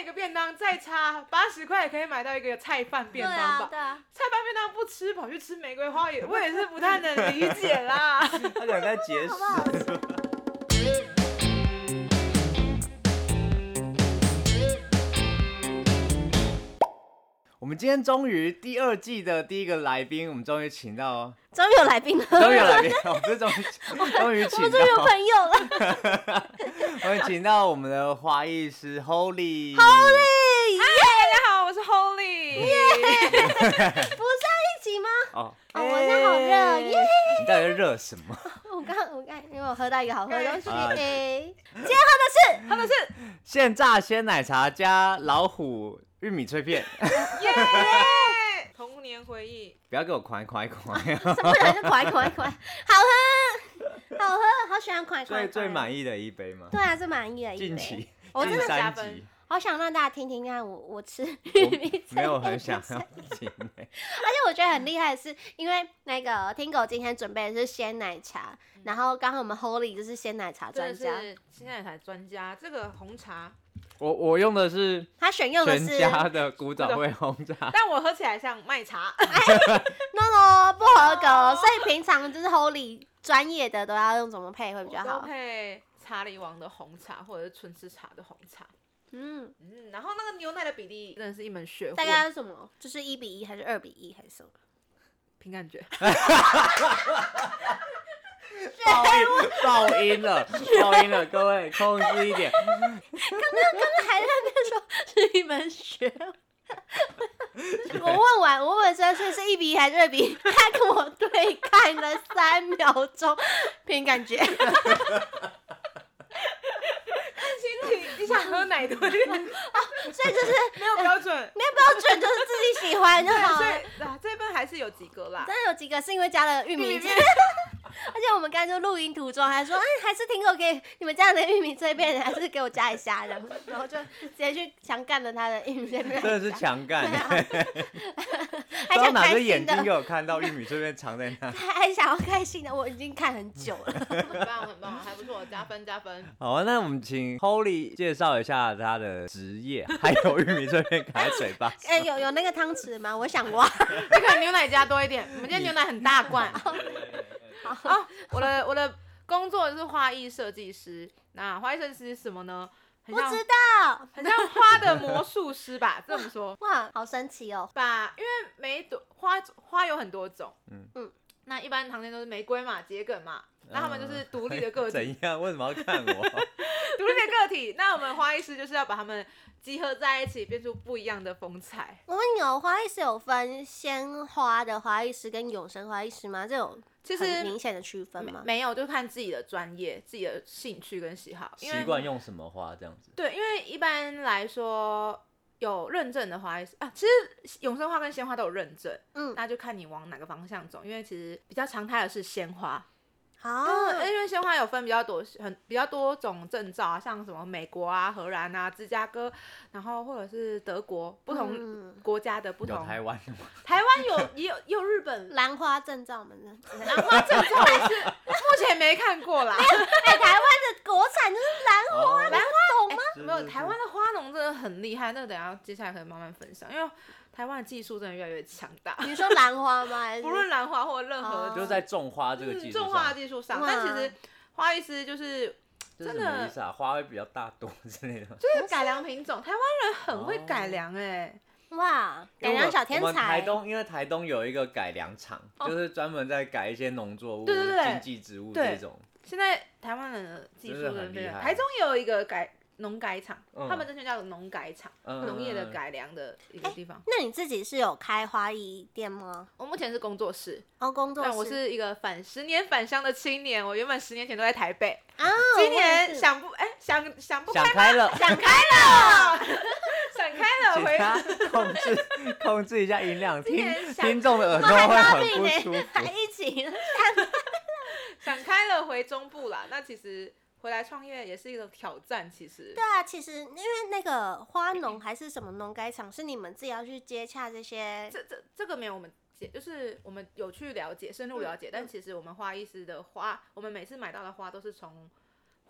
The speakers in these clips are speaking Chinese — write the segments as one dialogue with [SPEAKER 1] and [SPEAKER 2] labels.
[SPEAKER 1] 一个便当再差八十块，可以买到一个菜饭
[SPEAKER 2] 对
[SPEAKER 1] 便当
[SPEAKER 2] 啊
[SPEAKER 1] 吧？
[SPEAKER 2] 对啊，
[SPEAKER 1] 菜饭便当不吃，跑去吃玫瑰花也，我也是不太能理解 啦。
[SPEAKER 3] 他想在节
[SPEAKER 2] 好不好
[SPEAKER 3] 食。
[SPEAKER 2] 吃？
[SPEAKER 3] 我们今天终于第二季的第一个来宾，我们终于请 到，
[SPEAKER 2] 终于有来宾了，
[SPEAKER 3] 终于有来宾了，我们是终于终于
[SPEAKER 2] 我
[SPEAKER 3] 请
[SPEAKER 2] 们终于有
[SPEAKER 3] 到，
[SPEAKER 2] 朋 友了，
[SPEAKER 3] 我们请到我们的花艺师 Holy。
[SPEAKER 1] 嗨，大家好，我是 Holy。
[SPEAKER 2] 不是要一起吗？
[SPEAKER 3] 哦，
[SPEAKER 2] 哦我现在好热耶！
[SPEAKER 3] 你到底在热什么？
[SPEAKER 2] 我刚我刚因为我喝到一个好喝的东西，
[SPEAKER 3] 啊
[SPEAKER 2] 哎，今天喝的是
[SPEAKER 1] 他们是
[SPEAKER 3] 现榨鲜奶茶加老虎玉米脆片，
[SPEAKER 1] 耶，童年回忆。
[SPEAKER 3] 不要给我狂狂狂！
[SPEAKER 2] 什么人是快快快，好喝，好喝，好喜欢快快
[SPEAKER 3] 最
[SPEAKER 2] 快。
[SPEAKER 3] 最满意的一杯吗？
[SPEAKER 2] 对啊，最满意的一杯
[SPEAKER 3] 近期
[SPEAKER 2] 我真
[SPEAKER 3] 近
[SPEAKER 2] 的
[SPEAKER 1] 加
[SPEAKER 3] 三
[SPEAKER 1] 分
[SPEAKER 3] 集，
[SPEAKER 2] 好想让大家听听看我 我吃玉米
[SPEAKER 3] 我
[SPEAKER 2] 脆
[SPEAKER 3] 没有
[SPEAKER 2] 片
[SPEAKER 3] 很
[SPEAKER 2] 的
[SPEAKER 3] 想
[SPEAKER 2] 声
[SPEAKER 3] 要
[SPEAKER 2] 音
[SPEAKER 3] 听欸。
[SPEAKER 2] 而且我觉得很厉害的是，因为那个 Tingo 今天准备的是鲜奶茶，然后刚好我们 Holy 就是鲜奶茶专
[SPEAKER 1] 真的
[SPEAKER 2] 家，
[SPEAKER 1] 是现在才专家，这个红茶，
[SPEAKER 3] 我我用的是
[SPEAKER 2] 他选用的
[SPEAKER 3] 全
[SPEAKER 2] 是
[SPEAKER 3] 家的古早味红茶，
[SPEAKER 1] 但我喝起来像麦茶。
[SPEAKER 2] no no 不合格，
[SPEAKER 1] 哦
[SPEAKER 2] 所以平常就是 Holy 专业的都要用怎么配会比较
[SPEAKER 1] 我都
[SPEAKER 2] 好。
[SPEAKER 1] 配查理王的红茶或者是春之茶的红茶。
[SPEAKER 2] 嗯，
[SPEAKER 1] 嗯，然后那个牛奶的比例真的是一门学问，
[SPEAKER 2] 大概是什么？就是一比一还是二比一还是 什么？
[SPEAKER 1] 凭感觉。
[SPEAKER 3] 爆音爆音了，爆音了，各位控制一 点。
[SPEAKER 2] 那还在那边说是一门学问。我问完，我问完所以是一比一还是二比一？他跟我对看了三秒钟，凭感觉。
[SPEAKER 1] 但其实你你想喝奶 多一点，
[SPEAKER 2] 哦所以就是
[SPEAKER 1] 没有标准。
[SPEAKER 2] 没有标准，就是自己喜欢就
[SPEAKER 1] 对，
[SPEAKER 2] 好
[SPEAKER 1] 所
[SPEAKER 2] 了。
[SPEAKER 1] 以啊，这份还是有及格啦。
[SPEAKER 2] 真的有几个是因为加了玉米
[SPEAKER 1] 玉米
[SPEAKER 2] 片， 而且我们刚才就录音途中还说，哎，还是听狗给你们这样的玉米碎片，还是给我加一下，然后然后就直接去强干了他的玉米碎片，
[SPEAKER 3] 真的是 强干
[SPEAKER 2] 对啊，还
[SPEAKER 3] 欸，不知道
[SPEAKER 2] 想
[SPEAKER 3] 哪
[SPEAKER 2] 开
[SPEAKER 3] 个眼
[SPEAKER 2] 心
[SPEAKER 3] 睛给
[SPEAKER 2] 的，
[SPEAKER 3] 我看到玉米这边藏在 那。
[SPEAKER 2] 还 还想要开心的，我已经看很久了。
[SPEAKER 1] 很棒，很棒，还不错，加分加 分。
[SPEAKER 3] 好啊，那我们请 Holy 介绍一下他的职业，还有玉米这边卡在嘴巴。
[SPEAKER 2] 哎，有有那个汤匙吗？我想挖。
[SPEAKER 1] 这个牛奶加多一点，我们今天牛奶很大 罐。啊，我的我的工作是花艺设计师，那花艺设计师是什么呢？很
[SPEAKER 2] 不
[SPEAKER 1] 像
[SPEAKER 2] 知道，
[SPEAKER 1] 很像花的魔术师吧，这么说。
[SPEAKER 2] 哇，好神奇哦。
[SPEAKER 1] 把，因为每一朵花花有很多种，
[SPEAKER 3] 嗯
[SPEAKER 1] 嗯
[SPEAKER 2] 嗯
[SPEAKER 1] 嗯，那一般常见都是玫瑰嘛、桔梗嘛，那他们就是独立的
[SPEAKER 2] 嗯
[SPEAKER 1] 个体，
[SPEAKER 3] 怎样？为什么要看我？
[SPEAKER 1] 独、立的个体。那我们花艺师就是要把它们集合在一起，变出不一样的风采。
[SPEAKER 2] 我问你哦，花艺师有分鲜花的花艺师跟永生花艺师吗？这有
[SPEAKER 1] 其实
[SPEAKER 2] 很明显的区分
[SPEAKER 1] 没
[SPEAKER 2] 吗？
[SPEAKER 1] 没有，就看自己的专业、自己的兴趣跟喜好。 因为
[SPEAKER 3] 习惯用什么花这样子？
[SPEAKER 1] 对，因为一般来说有认证的花艺师啊，其实永生花跟鲜花都有认证，
[SPEAKER 2] 嗯，
[SPEAKER 1] 那就看你往哪个方向走。因为其实比较常态的是鲜花，
[SPEAKER 2] 好，
[SPEAKER 1] 嗯，因为鲜花有分比较多很比较多种证照啊，像什么美国啊、荷兰啊、芝加哥，然后或者是德国不同
[SPEAKER 2] 嗯
[SPEAKER 1] 国家的不
[SPEAKER 3] 有
[SPEAKER 1] 同。
[SPEAKER 3] 台湾的吗？
[SPEAKER 1] 台湾有也有也有日本，
[SPEAKER 2] 兰花证照嘛，呢？
[SPEAKER 1] 兰 花证照我是 目前没看过 啦。
[SPEAKER 2] 哎、台湾的国产就是 兰花，
[SPEAKER 3] 哦
[SPEAKER 2] 兰花懂吗？
[SPEAKER 3] 是
[SPEAKER 1] 啊没有
[SPEAKER 3] 是
[SPEAKER 1] 台湾的花农真的很厉害，那个等一下接下来可以慢慢分享，因为台湾的技术真的越来越强大，
[SPEAKER 2] 你说兰花吗？还是
[SPEAKER 1] 不论兰花或任何
[SPEAKER 2] 哦
[SPEAKER 3] 就是在种花这个技
[SPEAKER 1] 嗯
[SPEAKER 3] 术
[SPEAKER 1] 种
[SPEAKER 3] 上，
[SPEAKER 1] 花的技术上，
[SPEAKER 2] 哇
[SPEAKER 1] 但其实花艺师就是
[SPEAKER 3] 这是
[SPEAKER 1] 真
[SPEAKER 3] 什么
[SPEAKER 1] 的
[SPEAKER 3] 意思啊？花会比较大朵之类的吗。
[SPEAKER 2] 哦
[SPEAKER 1] 就是改良品种，台湾人很会
[SPEAKER 3] 哦
[SPEAKER 1] 改良哎、
[SPEAKER 2] 哇，改
[SPEAKER 3] 因为
[SPEAKER 2] 良
[SPEAKER 3] 我
[SPEAKER 2] 小天
[SPEAKER 3] 我们
[SPEAKER 2] 才，
[SPEAKER 3] 台东因为台东有一个改良厂，
[SPEAKER 1] 哦
[SPEAKER 3] 就是专门在改一些农作物、
[SPEAKER 1] 对对对
[SPEAKER 3] 经济植物这种。
[SPEAKER 1] 现在台湾人的技术
[SPEAKER 3] 真的很
[SPEAKER 1] 非
[SPEAKER 3] 厉
[SPEAKER 1] 常，
[SPEAKER 3] 害
[SPEAKER 1] 台中也有一个改农改厂，
[SPEAKER 3] 嗯
[SPEAKER 1] 他们真的叫农改厂，
[SPEAKER 3] 嗯
[SPEAKER 1] 农业的。改良的一个地方。
[SPEAKER 2] 那你自己是有开花艺店吗？
[SPEAKER 1] 我目前是工作室，
[SPEAKER 2] 哦，工作室，
[SPEAKER 1] 但我是一个返十年返乡的青年。我原本十年前都在台北，
[SPEAKER 2] 啊，
[SPEAKER 1] 今
[SPEAKER 2] 我也
[SPEAKER 1] 年
[SPEAKER 2] 是
[SPEAKER 1] 想不哎、想想不
[SPEAKER 3] 嗯想
[SPEAKER 1] 开
[SPEAKER 3] 开了，
[SPEAKER 2] 想开了，
[SPEAKER 1] 了， 想开了
[SPEAKER 3] 请
[SPEAKER 1] 回。
[SPEAKER 3] 他控制控制一下音量，
[SPEAKER 1] 今
[SPEAKER 3] 听
[SPEAKER 1] 年想
[SPEAKER 3] 听众的耳朵
[SPEAKER 2] 我还
[SPEAKER 3] 会
[SPEAKER 2] 发
[SPEAKER 3] 很
[SPEAKER 2] 病
[SPEAKER 3] 不
[SPEAKER 2] 呢、
[SPEAKER 3] 舒服
[SPEAKER 2] 还。一起，
[SPEAKER 1] 想开了回中部啦，那其实回来创业也是一种挑战。其实
[SPEAKER 2] 对啊，其实因为那个花农还是什么农改场，是你们自己要去接洽这些
[SPEAKER 1] 这这这个没有我们解，就是我们有去了解、深入了解，
[SPEAKER 2] 嗯
[SPEAKER 1] 但其实我们花艺师的花，我们每次买到的花都是从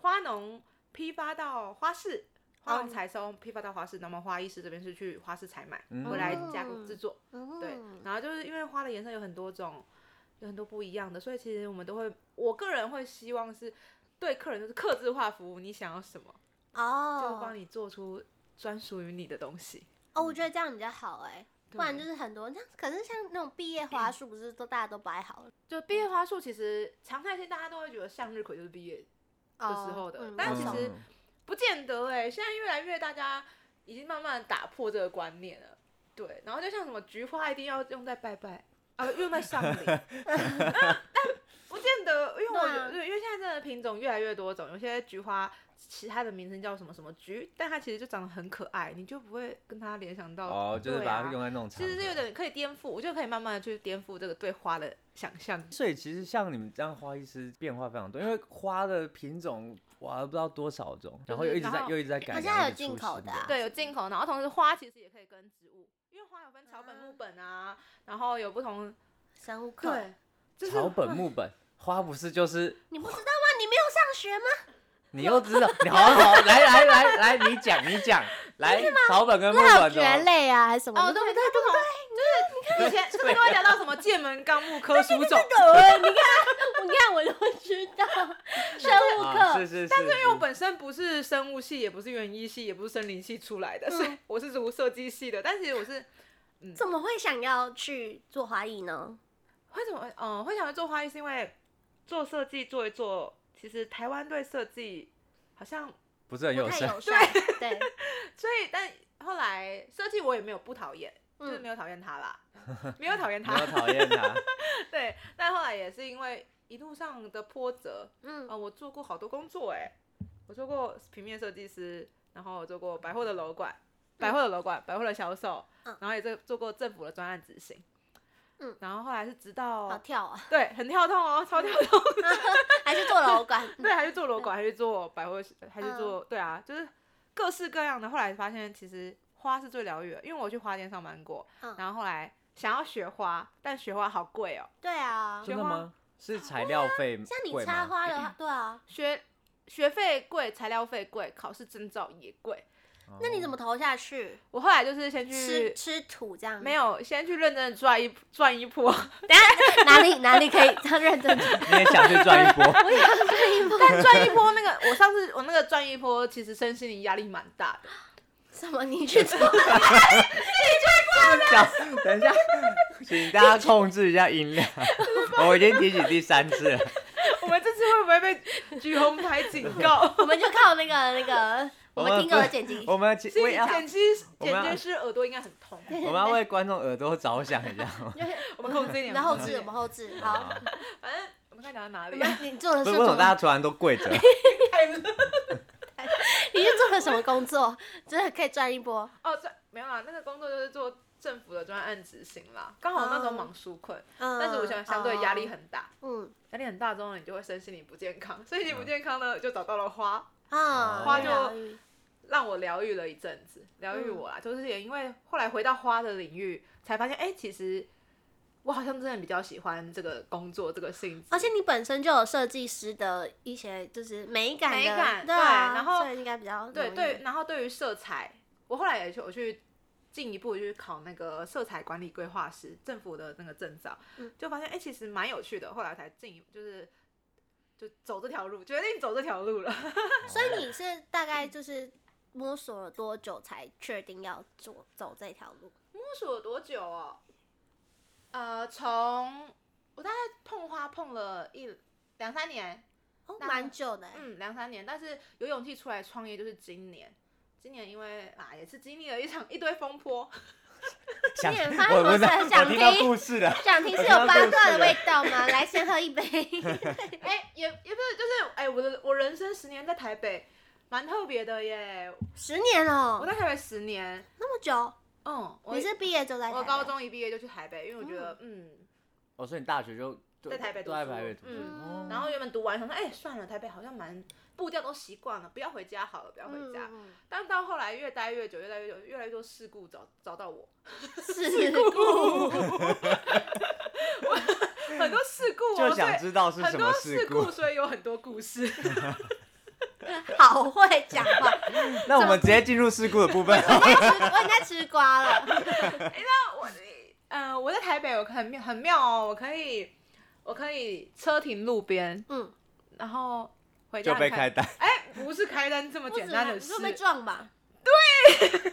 [SPEAKER 1] 花农批发到花市。花
[SPEAKER 2] 嗯
[SPEAKER 1] 王采收批发到花市，那么花艺师这边是去花市采买
[SPEAKER 3] 嗯
[SPEAKER 1] 回来加工制作。对
[SPEAKER 2] 嗯，
[SPEAKER 1] 然后就是因为花的颜色有很多种，有很多不一样的，所以其实我们都会，我个人会希望是对客人就是客制化服务，你想要什么，就
[SPEAKER 2] 哦
[SPEAKER 1] 帮，你做出专属于你的东西。
[SPEAKER 2] 哦，我觉得这样比较好哎，不然
[SPEAKER 1] 对
[SPEAKER 2] 就是很多，那可是像那种毕业花束，不是都大家都摆好了
[SPEAKER 1] 就毕业花束，其实常态性大家都会觉得向日葵就是毕业，
[SPEAKER 2] 的
[SPEAKER 1] 时候的但其实
[SPEAKER 3] 嗯
[SPEAKER 1] 不见得哎、现在越来越大家已经慢慢地打破这个观念了。对，然后就像什么菊花一定要用在拜拜啊，用在 上礼，啊但不见得，因为我觉得，因为现在真的品种越来越多种，有些菊花其它的名称叫什么什么菊，但它其实就长得很可爱，你就不会跟它联想到
[SPEAKER 3] 哦，就是把
[SPEAKER 1] 对
[SPEAKER 3] 它
[SPEAKER 1] 啊
[SPEAKER 3] 用在那种场
[SPEAKER 1] 其
[SPEAKER 3] 合。
[SPEAKER 1] 实是有点可以颠覆，我就可以慢慢的去颠覆这个对花的想象。
[SPEAKER 3] 所以其实像你们这样花艺师变化非常多，因为花的品种哇不知道多少种，然后又一直
[SPEAKER 1] 然
[SPEAKER 3] 在
[SPEAKER 1] 后
[SPEAKER 3] 又一直在改，
[SPEAKER 2] 好像
[SPEAKER 3] 然后
[SPEAKER 2] 还有
[SPEAKER 3] 一直出
[SPEAKER 2] 进口
[SPEAKER 3] 新
[SPEAKER 2] 的啊
[SPEAKER 1] 对，有进口，然后同时花其实也可以跟植物，因为花有分草本、木本啊，然后有不同
[SPEAKER 2] 生物课，
[SPEAKER 1] 对，就是
[SPEAKER 3] 草本木本花不是就是
[SPEAKER 2] 你不知道吗？你没有上学吗？
[SPEAKER 3] 你又知道， 你好好来来来来，你讲你 讲，来草本跟木
[SPEAKER 2] 还有
[SPEAKER 3] 本
[SPEAKER 2] 蕨
[SPEAKER 3] 的
[SPEAKER 2] 类啊，还是什么？
[SPEAKER 1] 哦，对不对？不同，就是你看以前是不是都会聊到什么界门纲目科属种？
[SPEAKER 2] 对， 你看，你看，我就知道生物
[SPEAKER 3] 哦，啊
[SPEAKER 2] 课。
[SPEAKER 3] 是是是，但是
[SPEAKER 1] 因为我本身不是生物系，也不是园艺系，也不是森林系出来的，所
[SPEAKER 2] 嗯
[SPEAKER 1] 以我是读设计系的。但其实我是
[SPEAKER 2] 怎么会想要去做花艺呢？
[SPEAKER 1] 为什么嗯、会想要做花艺，是因为做设计做一做，其实台湾对设计好像
[SPEAKER 3] 不是很
[SPEAKER 2] 不
[SPEAKER 3] 友
[SPEAKER 2] 太
[SPEAKER 3] 善
[SPEAKER 2] 友善，对，
[SPEAKER 1] 所以，但后来设计我也没有不讨厌，就是
[SPEAKER 2] 嗯
[SPEAKER 1] 没有讨厌他啦，没有讨 厌
[SPEAKER 3] 你要
[SPEAKER 1] 他，
[SPEAKER 3] 讨厌 他，
[SPEAKER 1] 对。但后来也是因为一路上的波折，啊、
[SPEAKER 2] 嗯，
[SPEAKER 1] 我做过好多工作哎、我做过平面设计师，然后我做过百货的楼管，百货的楼管，百货的销售，
[SPEAKER 2] 嗯
[SPEAKER 1] 然后也做做过政府的专案执行，
[SPEAKER 2] 嗯，
[SPEAKER 1] 然后后来是直
[SPEAKER 2] 好
[SPEAKER 1] 到
[SPEAKER 2] 跳啊，
[SPEAKER 1] 对很跳痛哦，超跳痛，
[SPEAKER 2] 还是做楼管？
[SPEAKER 1] 对，还去做楼管，还去做百货，还去
[SPEAKER 2] 嗯
[SPEAKER 1] 做，对啊，就是各式各样的。后来发现其实花是最疗愈的，因为我去花店上班过，
[SPEAKER 2] 嗯
[SPEAKER 1] 然后后来想要学花，但学花好贵哦，
[SPEAKER 2] 对啊，
[SPEAKER 3] 真的
[SPEAKER 1] 花
[SPEAKER 3] 吗？是材料费
[SPEAKER 2] 像你
[SPEAKER 3] 贵
[SPEAKER 2] 插
[SPEAKER 3] 吗？
[SPEAKER 2] 花的话，对啊，
[SPEAKER 1] 学学费贵，材料费贵，考试证照也贵。
[SPEAKER 2] 那你怎
[SPEAKER 3] 么？
[SPEAKER 2] 么投下去？
[SPEAKER 1] 我后来就是先
[SPEAKER 2] 吃
[SPEAKER 1] 去。
[SPEAKER 2] 吃土这样？
[SPEAKER 1] 哦没，有，先去认真的赚一赚一波，
[SPEAKER 2] 等下 哪里哪里可以这样认真？
[SPEAKER 3] 你也想去赚一波？
[SPEAKER 2] 我也要这一
[SPEAKER 1] 但 赚一波那个，我上次我那个赚一波，其实身心灵压力蛮大的。
[SPEAKER 2] 什么？你去做？
[SPEAKER 3] 讲，等一下，请大家控制一下音 量。我已经提醒第三次了，
[SPEAKER 1] 我们这次会不会被橘红牌警 告？
[SPEAKER 2] 我们就靠那个那个，我们听歌的剪辑。
[SPEAKER 3] 我们其
[SPEAKER 1] 所
[SPEAKER 3] 我
[SPEAKER 1] 以
[SPEAKER 3] 也要，
[SPEAKER 1] 剪辑
[SPEAKER 3] 我们
[SPEAKER 1] 剪
[SPEAKER 3] 要
[SPEAKER 1] 接师耳朵应该很痛。
[SPEAKER 3] 我们要为观众耳朵着想一下。
[SPEAKER 2] 就是
[SPEAKER 1] 我们控制一点，
[SPEAKER 2] 然后
[SPEAKER 1] 控制一
[SPEAKER 2] 置，我
[SPEAKER 1] 点
[SPEAKER 2] 们后置，好。
[SPEAKER 1] 反正我们刚才讲到哪
[SPEAKER 2] 你
[SPEAKER 1] 里啊？
[SPEAKER 2] 们你做了
[SPEAKER 3] 不
[SPEAKER 2] 什
[SPEAKER 3] 是为什么大
[SPEAKER 2] 么？
[SPEAKER 3] 家突然都 跪着？
[SPEAKER 2] 你是做了什么工作？真的可以赚一波？
[SPEAKER 1] 哦，这没有啦，那个工作就是做政府的专案执行啦。刚好那时候忙纾困，
[SPEAKER 2] 嗯
[SPEAKER 1] 但是我想相对压力
[SPEAKER 2] 哦
[SPEAKER 1] 很大，
[SPEAKER 2] 嗯
[SPEAKER 1] 压力很大之后你就会身心灵不健康，身心灵不健康呢就找到了花，
[SPEAKER 2] 啊，
[SPEAKER 3] 花
[SPEAKER 1] 就
[SPEAKER 2] 疗愈
[SPEAKER 1] 让我疗愈了一阵子，疗
[SPEAKER 2] 嗯
[SPEAKER 1] 愈我啦，就是也因为后来回到花的领域，才发现哎、其实我好像真的比较喜欢这个工作这个性质，
[SPEAKER 2] 而且你本身就有设计师的一些就是美感的，
[SPEAKER 1] 美感
[SPEAKER 2] 对啊，
[SPEAKER 1] 对然后
[SPEAKER 2] 所以应该比较
[SPEAKER 1] 对
[SPEAKER 2] 容易
[SPEAKER 1] 对，，然后对于色彩，我后来也去我去进一步去考那个色彩管理规划师政府的那个证照，
[SPEAKER 2] 嗯
[SPEAKER 1] 就发现哎、诶其实蛮有趣的。后来才进一步就是就走这条路，决定走这条路了。
[SPEAKER 2] 所以你是大概就是摸索了多久才确定要做走这条路？
[SPEAKER 1] 摸索了多久哦？呃，从我大概碰花碰了一两三年，
[SPEAKER 2] 哦，
[SPEAKER 1] 那
[SPEAKER 2] 蛮久的欸，
[SPEAKER 1] 嗯，两三年，但是有勇气出来创业就是今年。今年因为啊，也是经历了一场一堆风 波，
[SPEAKER 3] 想
[SPEAKER 2] 你很发火
[SPEAKER 3] 我不是，
[SPEAKER 2] 是想
[SPEAKER 3] 我听到
[SPEAKER 2] 听
[SPEAKER 3] 故事了。
[SPEAKER 2] 想听是有八卦的味道 吗？来，先喝一杯。
[SPEAKER 1] 哎、也也不是，就是哎、我的我人生十年在台北，蛮特别的耶。
[SPEAKER 2] 十年
[SPEAKER 1] 我
[SPEAKER 2] 哦，
[SPEAKER 1] 在台北十年，
[SPEAKER 2] 那么久，
[SPEAKER 1] 嗯，我
[SPEAKER 2] 你是毕业就在台
[SPEAKER 1] 我
[SPEAKER 2] 北
[SPEAKER 1] 高中一毕业就去台北，因为我觉得嗯，
[SPEAKER 3] 我哦说你大学就就
[SPEAKER 1] 在台北
[SPEAKER 3] 都
[SPEAKER 1] 读
[SPEAKER 3] 在
[SPEAKER 1] 书
[SPEAKER 3] 台北读书，
[SPEAKER 2] 嗯
[SPEAKER 3] 哦
[SPEAKER 1] 然后原本读完想说，哎、算了，台北好像蛮步调都习惯了，不要回家好了，不要回家。
[SPEAKER 2] 嗯嗯
[SPEAKER 1] 但到后来越待越久，越待越久，越来越多事故找找到 我，
[SPEAKER 2] 嗯事故。
[SPEAKER 1] 很多事故、哦，
[SPEAKER 3] 就想知道是
[SPEAKER 1] 所以
[SPEAKER 3] 什
[SPEAKER 1] 很
[SPEAKER 3] 么
[SPEAKER 1] 多
[SPEAKER 3] 事
[SPEAKER 1] 事
[SPEAKER 3] 故
[SPEAKER 1] 故，。所以有很多故事。
[SPEAKER 2] 好会讲 话。
[SPEAKER 3] 那我们直接进入事故的部分。
[SPEAKER 2] 我应该吃，我应该吃瓜了。
[SPEAKER 1] 我呃，我在台北，我很妙很妙哦，我可以我可以车停路边，
[SPEAKER 2] 嗯，
[SPEAKER 1] 然后回家
[SPEAKER 3] 就被
[SPEAKER 1] 看
[SPEAKER 3] 开。单，
[SPEAKER 1] 哎、不是开单这么
[SPEAKER 2] 不止
[SPEAKER 1] 简单的
[SPEAKER 2] 你
[SPEAKER 1] 事
[SPEAKER 2] 说，被撞吧？ 对，在路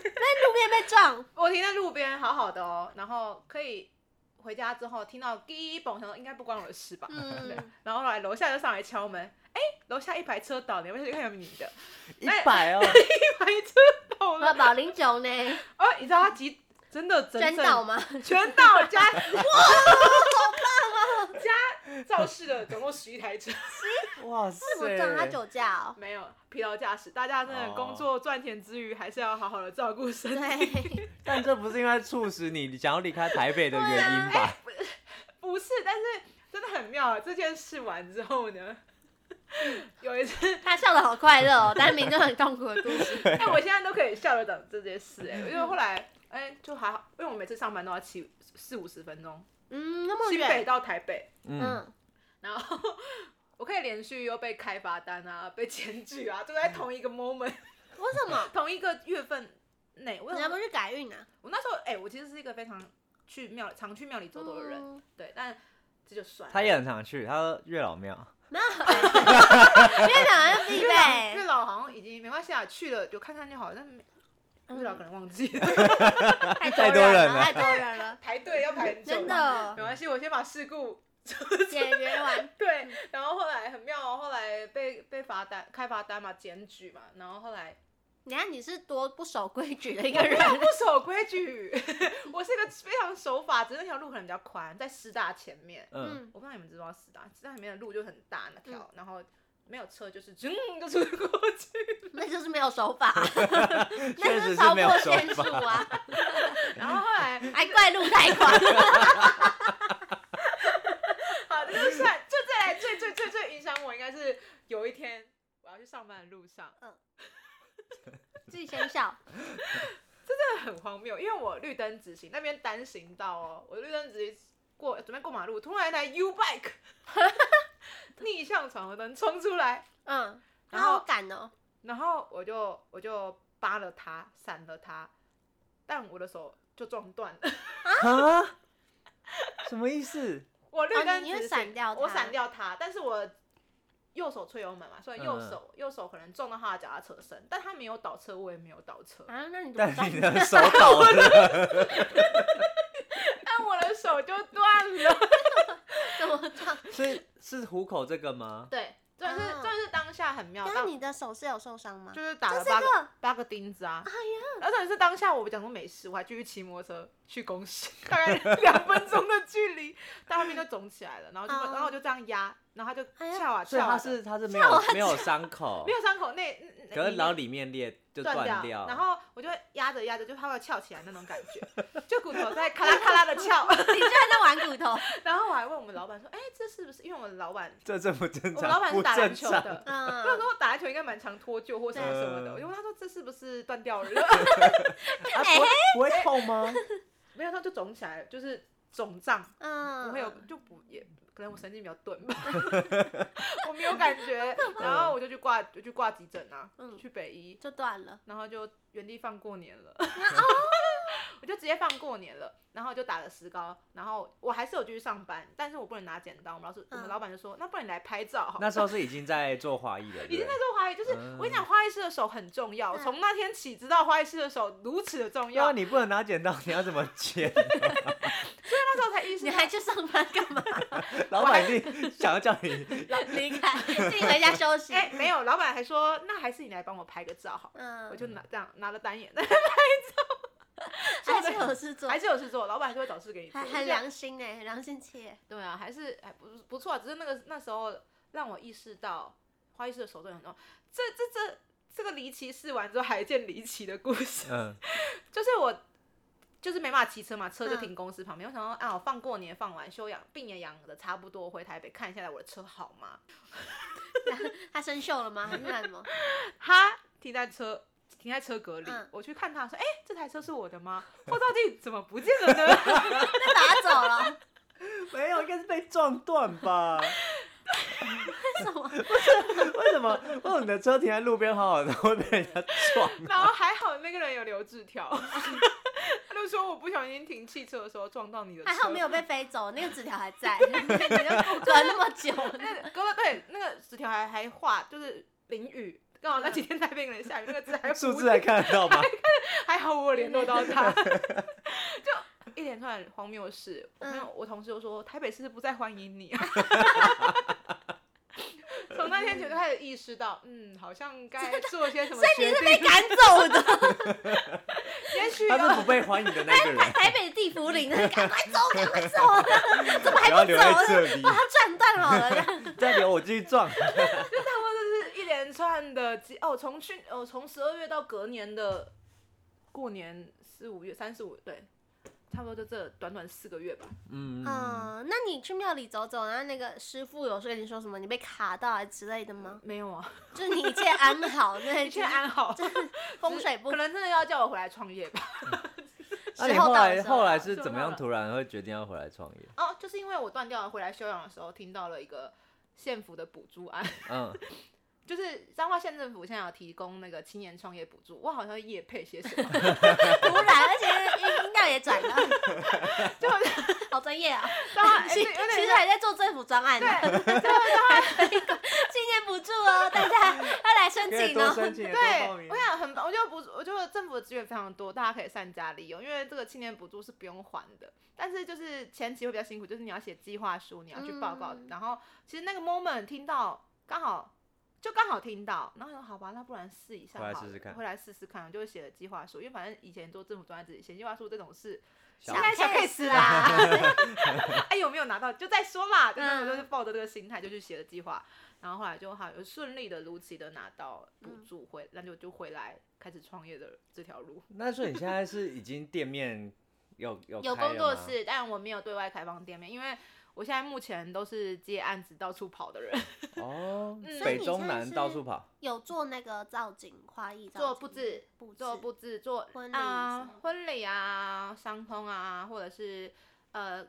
[SPEAKER 2] 边被撞，
[SPEAKER 1] 我停在路边，好好的哦，然后可以回家之后听到第一蹦，想说应该不关我的事吧，对
[SPEAKER 2] 嗯，
[SPEAKER 1] 然后后来楼下就上来敲门，哎、楼下一排车倒了，你要不要去看有没有你的？
[SPEAKER 3] 一百哦，
[SPEAKER 1] 一排车倒
[SPEAKER 2] 我要
[SPEAKER 1] 了，
[SPEAKER 2] 保龄球呢，
[SPEAKER 1] 哦，你知道他几 真的整
[SPEAKER 2] 真
[SPEAKER 1] 整
[SPEAKER 2] 倒吗？
[SPEAKER 1] 全倒 加哇，好棒啊！ 加肇事的总共十一台车，
[SPEAKER 3] 哇塞！
[SPEAKER 2] 是不撞他酒驾哦。
[SPEAKER 1] 没有疲劳驾驶，大家真的
[SPEAKER 3] 哦
[SPEAKER 1] 工作赚钱之余，还是要好好的照顾身体。
[SPEAKER 2] 对，
[SPEAKER 3] 但这不是因为促使你想要离开台北的原因吧？
[SPEAKER 1] 不是，但是真的很妙。啊这件事完之后呢， 有一次，
[SPEAKER 2] 他笑得好快乐哦，但明就很痛苦的故 事。
[SPEAKER 1] 哎、我现在都可以笑得懂这件事、哎，因为后来，哎、就还好，因为我每次上班都要骑四五十分钟，
[SPEAKER 2] 嗯，那么
[SPEAKER 1] 新北
[SPEAKER 2] 远，
[SPEAKER 1] 到台北，
[SPEAKER 3] 嗯，
[SPEAKER 2] 嗯，
[SPEAKER 1] 然后我可以连续又被开罚单啊，被检举啊，都在同一个 moment，
[SPEAKER 2] 为什么？
[SPEAKER 1] 同一个月份内。我
[SPEAKER 2] 你要不
[SPEAKER 1] 我
[SPEAKER 2] 去改运啊？
[SPEAKER 1] 那时候，哎、我其实是一个非常去庙常去庙里走走的人，
[SPEAKER 2] 嗯
[SPEAKER 1] 对，但这就算了。
[SPEAKER 3] 他也很常去，他说月老庙。
[SPEAKER 2] 没有，月老要 必
[SPEAKER 1] 月老
[SPEAKER 2] 备
[SPEAKER 1] 月。老好像已经没关系啊，去了就看看就好，但没
[SPEAKER 2] 嗯
[SPEAKER 1] 月老可能忘记了，
[SPEAKER 2] 太
[SPEAKER 3] 太多人了
[SPEAKER 2] 太多 人了，
[SPEAKER 1] 排队要排很久。
[SPEAKER 2] 真，的 哦
[SPEAKER 1] 没关系，我先把事故
[SPEAKER 2] 解决完。
[SPEAKER 1] 对，然后后来很妙哦，后来被被罚单开罚单嘛，检举嘛，然后后来
[SPEAKER 2] 你看你是多不守规矩的一个人，
[SPEAKER 1] 不守规矩， 我是一个非常守法，只是那条路可能比较宽，在师大前面，
[SPEAKER 3] 嗯，
[SPEAKER 2] 嗯，
[SPEAKER 1] 我不知道你们知不知道师大，师大里面的路就很大那条，然后没有车就是嗯就出过去，
[SPEAKER 2] 那就是没有守 法，那
[SPEAKER 3] 确
[SPEAKER 2] 就
[SPEAKER 3] 实
[SPEAKER 2] 超
[SPEAKER 3] 是没有
[SPEAKER 2] 过
[SPEAKER 3] 守
[SPEAKER 2] 限速
[SPEAKER 3] 法。
[SPEAKER 2] 啊，
[SPEAKER 1] 然后后来
[SPEAKER 2] 还怪路太宽。
[SPEAKER 1] 好，这就算就再来最最最最影响我，应该是有一天我要去上班的路上，
[SPEAKER 2] 自己先笑，
[SPEAKER 1] 真的很荒谬，因为我绿灯直行，那边单行道哦，我绿灯直行过，准备过马路，突然一台 U bike 逆向闯红灯冲出来，
[SPEAKER 2] 嗯，他
[SPEAKER 1] 然后
[SPEAKER 2] 好赶哦，
[SPEAKER 1] 然后我就我就扒了他，闪了他，但我的手就撞断了，
[SPEAKER 3] 啊？ 什么意思？
[SPEAKER 1] 我绿
[SPEAKER 2] 哦
[SPEAKER 1] 灯
[SPEAKER 2] 你你
[SPEAKER 1] 直行，
[SPEAKER 2] 会闪掉他，
[SPEAKER 1] 我闪，掉他，但是我右手吹油门嘛，所以右手、右手可能撞到他的脚踏车身，但他没有倒车，我也没有倒车，
[SPEAKER 2] 啊，那你怎
[SPEAKER 3] 但
[SPEAKER 2] 么办？
[SPEAKER 3] 你的手倒了，
[SPEAKER 1] 但我的手就断了。
[SPEAKER 2] 怎么撞？
[SPEAKER 3] 是是虎口这个吗？
[SPEAKER 1] 对，就是
[SPEAKER 2] 啊
[SPEAKER 1] 就是当下很妙，
[SPEAKER 2] 那
[SPEAKER 1] 但
[SPEAKER 2] 你的手是有受伤吗？
[SPEAKER 1] 就是打
[SPEAKER 2] 这
[SPEAKER 1] 了
[SPEAKER 2] 是
[SPEAKER 1] 八个
[SPEAKER 2] 个哎
[SPEAKER 1] 八个钉子啊。而且是当下我讲说没事，我还继续骑摩托车去公司，大概
[SPEAKER 3] 哦
[SPEAKER 1] 两分钟的距离，大家面都肿起来了，然后就
[SPEAKER 2] 啊
[SPEAKER 1] 然后我就这样压，然后他就
[SPEAKER 2] 哎呀
[SPEAKER 1] 翘啊
[SPEAKER 3] 所以
[SPEAKER 1] 翘啊
[SPEAKER 3] 他
[SPEAKER 1] 的，
[SPEAKER 3] 是他是没有没有伤口
[SPEAKER 1] 没，有伤口内，里
[SPEAKER 3] 可是
[SPEAKER 1] 面
[SPEAKER 3] 然后里面裂就断
[SPEAKER 1] 掉，
[SPEAKER 3] 掉。
[SPEAKER 1] 然后我就压着压着就它会翘起来那种感觉，就骨头在咔啦咔啦的 翘。
[SPEAKER 2] 你居然在玩骨头，
[SPEAKER 1] 然后我还问我们老板说，哎，这是不是因为我们老板
[SPEAKER 3] 这正不正
[SPEAKER 1] 我们老
[SPEAKER 3] 常？
[SPEAKER 1] 板
[SPEAKER 3] 不
[SPEAKER 1] 是打篮球
[SPEAKER 3] 正常。啊
[SPEAKER 1] 的，
[SPEAKER 2] 嗯
[SPEAKER 1] 不，然说打篮球应该蛮常脱臼或什么什么的。
[SPEAKER 3] 嗯
[SPEAKER 1] 我就问他说这是不是断 掉了？
[SPEAKER 3] 啊不会不会痛吗？
[SPEAKER 1] 没有，它就肿起来，就是肿胀，
[SPEAKER 2] 嗯，
[SPEAKER 1] 不会有就不也可能我神经比较钝吧，我没有感 觉。然后我就去挂，就去挂急诊啊，
[SPEAKER 2] 嗯
[SPEAKER 1] 去北医，
[SPEAKER 2] 就断了，
[SPEAKER 1] 然后就原地放过 年了，
[SPEAKER 2] 哦
[SPEAKER 1] 我就直接放过年了。然后就打了石膏，然后我还是有继续上班，但是我不能拿剪刀。我们老师，我们
[SPEAKER 2] 嗯
[SPEAKER 1] 老板就说，那不然你来拍照好了。
[SPEAKER 3] 那时候是已经在做华裔了，对 不
[SPEAKER 1] 已经在
[SPEAKER 3] 对
[SPEAKER 1] 做花艺，就是
[SPEAKER 3] 嗯
[SPEAKER 1] 我跟你讲，花艺师的手很重要。
[SPEAKER 2] 嗯
[SPEAKER 1] 从那天起，知道花艺师的手如此的重要，
[SPEAKER 3] 要不然啊你不能拿剪刀， 你要怎么切？
[SPEAKER 1] 那时候才意识
[SPEAKER 2] 你
[SPEAKER 1] 到
[SPEAKER 2] 还去上班干 嘛？
[SPEAKER 3] 老板一定想要叫你
[SPEAKER 2] 离开， 自己回家休息。
[SPEAKER 1] 哎、没有，老板还说，那还是你来帮我拍个照好了。
[SPEAKER 2] 嗯，
[SPEAKER 1] 我就拿这样拿了单眼，但
[SPEAKER 2] 还是有事做，
[SPEAKER 1] 还是有事做，老板还是会找事给你做。
[SPEAKER 2] 还
[SPEAKER 1] 我就
[SPEAKER 2] 很
[SPEAKER 1] 这样
[SPEAKER 2] 良心哎，很良心企业。
[SPEAKER 1] 对啊，还是还不不错、啊，只是那个那时候让我意识到花艺师的手段很重要。这这这这个离奇试完之后，还有一件离奇的故事，
[SPEAKER 3] 嗯
[SPEAKER 1] 就是我就是没办法骑车嘛，
[SPEAKER 2] 嗯
[SPEAKER 1] 车就停公司旁边。我想说啊，我放过年放完休养，病也养的差不多，回台北看一下我的车好吗？
[SPEAKER 2] 他生锈了吗？还是干什么？
[SPEAKER 1] 他停在车停在车格里，
[SPEAKER 2] 嗯
[SPEAKER 1] 我去看他说，哎、这台车是我的吗？后照镜怎么不见了呢？
[SPEAKER 2] 被打走了，
[SPEAKER 3] 没有，应该是被撞断吧？
[SPEAKER 2] 为什么？
[SPEAKER 3] 为什么？为什么你的车停在路边好好的会被人家撞？
[SPEAKER 1] 然后还好那个人有留字条， 他就说我不小心停汽车的时候撞到你的车，
[SPEAKER 2] 还好没有被飞走，那个纸条还 在，你就隔那么久。
[SPEAKER 1] 那个哥哥对那个纸条还还画，就是淋雨，刚好那几天台北可能下雨，那个字还
[SPEAKER 3] 数
[SPEAKER 1] 糊
[SPEAKER 3] 字还看得到吗？
[SPEAKER 1] 还好我有联络到他， 就一连串荒谬的事。我朋友、
[SPEAKER 2] 嗯
[SPEAKER 1] 我同事就说台北市不再欢迎 你、啊。从那天就开始意识到，嗯，好像该做些什么决定。
[SPEAKER 2] 赶走的，
[SPEAKER 1] 也许
[SPEAKER 3] 他是不
[SPEAKER 1] 要
[SPEAKER 3] 被欢迎的那个人，
[SPEAKER 2] 台北地府里，那赶快走，赶快走，怎么还
[SPEAKER 3] 然后
[SPEAKER 2] 不
[SPEAKER 3] 留
[SPEAKER 2] 走
[SPEAKER 3] 在
[SPEAKER 2] 呢？
[SPEAKER 3] 这里
[SPEAKER 2] 把，它转断好了，这样
[SPEAKER 3] 再留我继续撞。
[SPEAKER 1] 就是一连串的计哦，从去哦，从十二月到隔年的过年四五月三四五对，差不多就这短短四个月吧。
[SPEAKER 3] 嗯，
[SPEAKER 2] 嗯，那你去庙里走走，然后那个师傅有说你说什么？你被卡到啊之类的吗？
[SPEAKER 1] 没有啊，
[SPEAKER 2] 就是你一切安好， 那
[SPEAKER 1] 一切安好，
[SPEAKER 2] 风水不
[SPEAKER 1] 可能真的要叫我回来创业吧。
[SPEAKER 3] 那
[SPEAKER 2] 时
[SPEAKER 3] 你
[SPEAKER 2] 候
[SPEAKER 3] 后
[SPEAKER 2] 到的
[SPEAKER 3] 来
[SPEAKER 2] 时候
[SPEAKER 3] 后来
[SPEAKER 2] 啊，
[SPEAKER 3] 是怎么样突然会决定要回来创业？
[SPEAKER 1] 哦，就是因为我断掉了，回来休养的时候听到了一个县府的补助案，
[SPEAKER 3] 嗯，
[SPEAKER 1] 就是彰化县政府现在有提供那个青年创业补助，我好像业配些什么， 就
[SPEAKER 2] 突然，而且音音调也 转了，
[SPEAKER 1] 好
[SPEAKER 2] 好专业啊！
[SPEAKER 1] 彰 化、欸、
[SPEAKER 2] 其
[SPEAKER 1] 对
[SPEAKER 2] 实
[SPEAKER 1] 有点
[SPEAKER 2] 其实还在做政府专案呢，
[SPEAKER 1] 对，彰化彰化
[SPEAKER 2] 今年补助哦，大家要来申
[SPEAKER 3] 可以
[SPEAKER 2] 请
[SPEAKER 3] 多
[SPEAKER 2] 哦。
[SPEAKER 3] 申请，多报
[SPEAKER 1] 对，
[SPEAKER 3] 名
[SPEAKER 1] 我。想很棒，我就不我觉得政府的资源非常多，大家可以善加利用，因为这个青年补助是不用还的，但是就是前期会比较辛苦，就是你要写计划书，你要去报告，
[SPEAKER 2] 嗯
[SPEAKER 1] 然后其实那个 moment 听到刚好。就刚好听到，然后说好吧，那不然试一下好
[SPEAKER 3] 回来
[SPEAKER 1] 了，
[SPEAKER 3] 试试看
[SPEAKER 1] 回来试试看，我就写了计划书，因为反正以前做政府专案自己写计划书这种事，
[SPEAKER 3] 小
[SPEAKER 1] 应该小 case 啦。哎，有没有拿到就再说嘛。就是我就是抱着这个心态就去写了计划，然后后来就好有顺利的如期的拿到补助回，那就就回来开始创业的这条路。
[SPEAKER 3] 那所以你现在是已经店面有有
[SPEAKER 1] 有
[SPEAKER 3] 开了
[SPEAKER 1] 工作
[SPEAKER 3] 吗，
[SPEAKER 1] 室，但我没有对外开放店面，因为我现在目前都是接案子到处跑的 人，
[SPEAKER 3] 哦，
[SPEAKER 1] 嗯
[SPEAKER 2] 所以
[SPEAKER 3] 北中
[SPEAKER 2] 你现在
[SPEAKER 3] 南
[SPEAKER 2] 是
[SPEAKER 3] 到处跑。
[SPEAKER 2] 有做那个造景花艺造景，
[SPEAKER 1] 做布置
[SPEAKER 2] 布
[SPEAKER 1] 做布
[SPEAKER 2] 置，
[SPEAKER 1] 置、做
[SPEAKER 2] 婚礼什
[SPEAKER 1] 啊
[SPEAKER 2] 么的
[SPEAKER 1] 婚礼啊、商通啊，或者是呃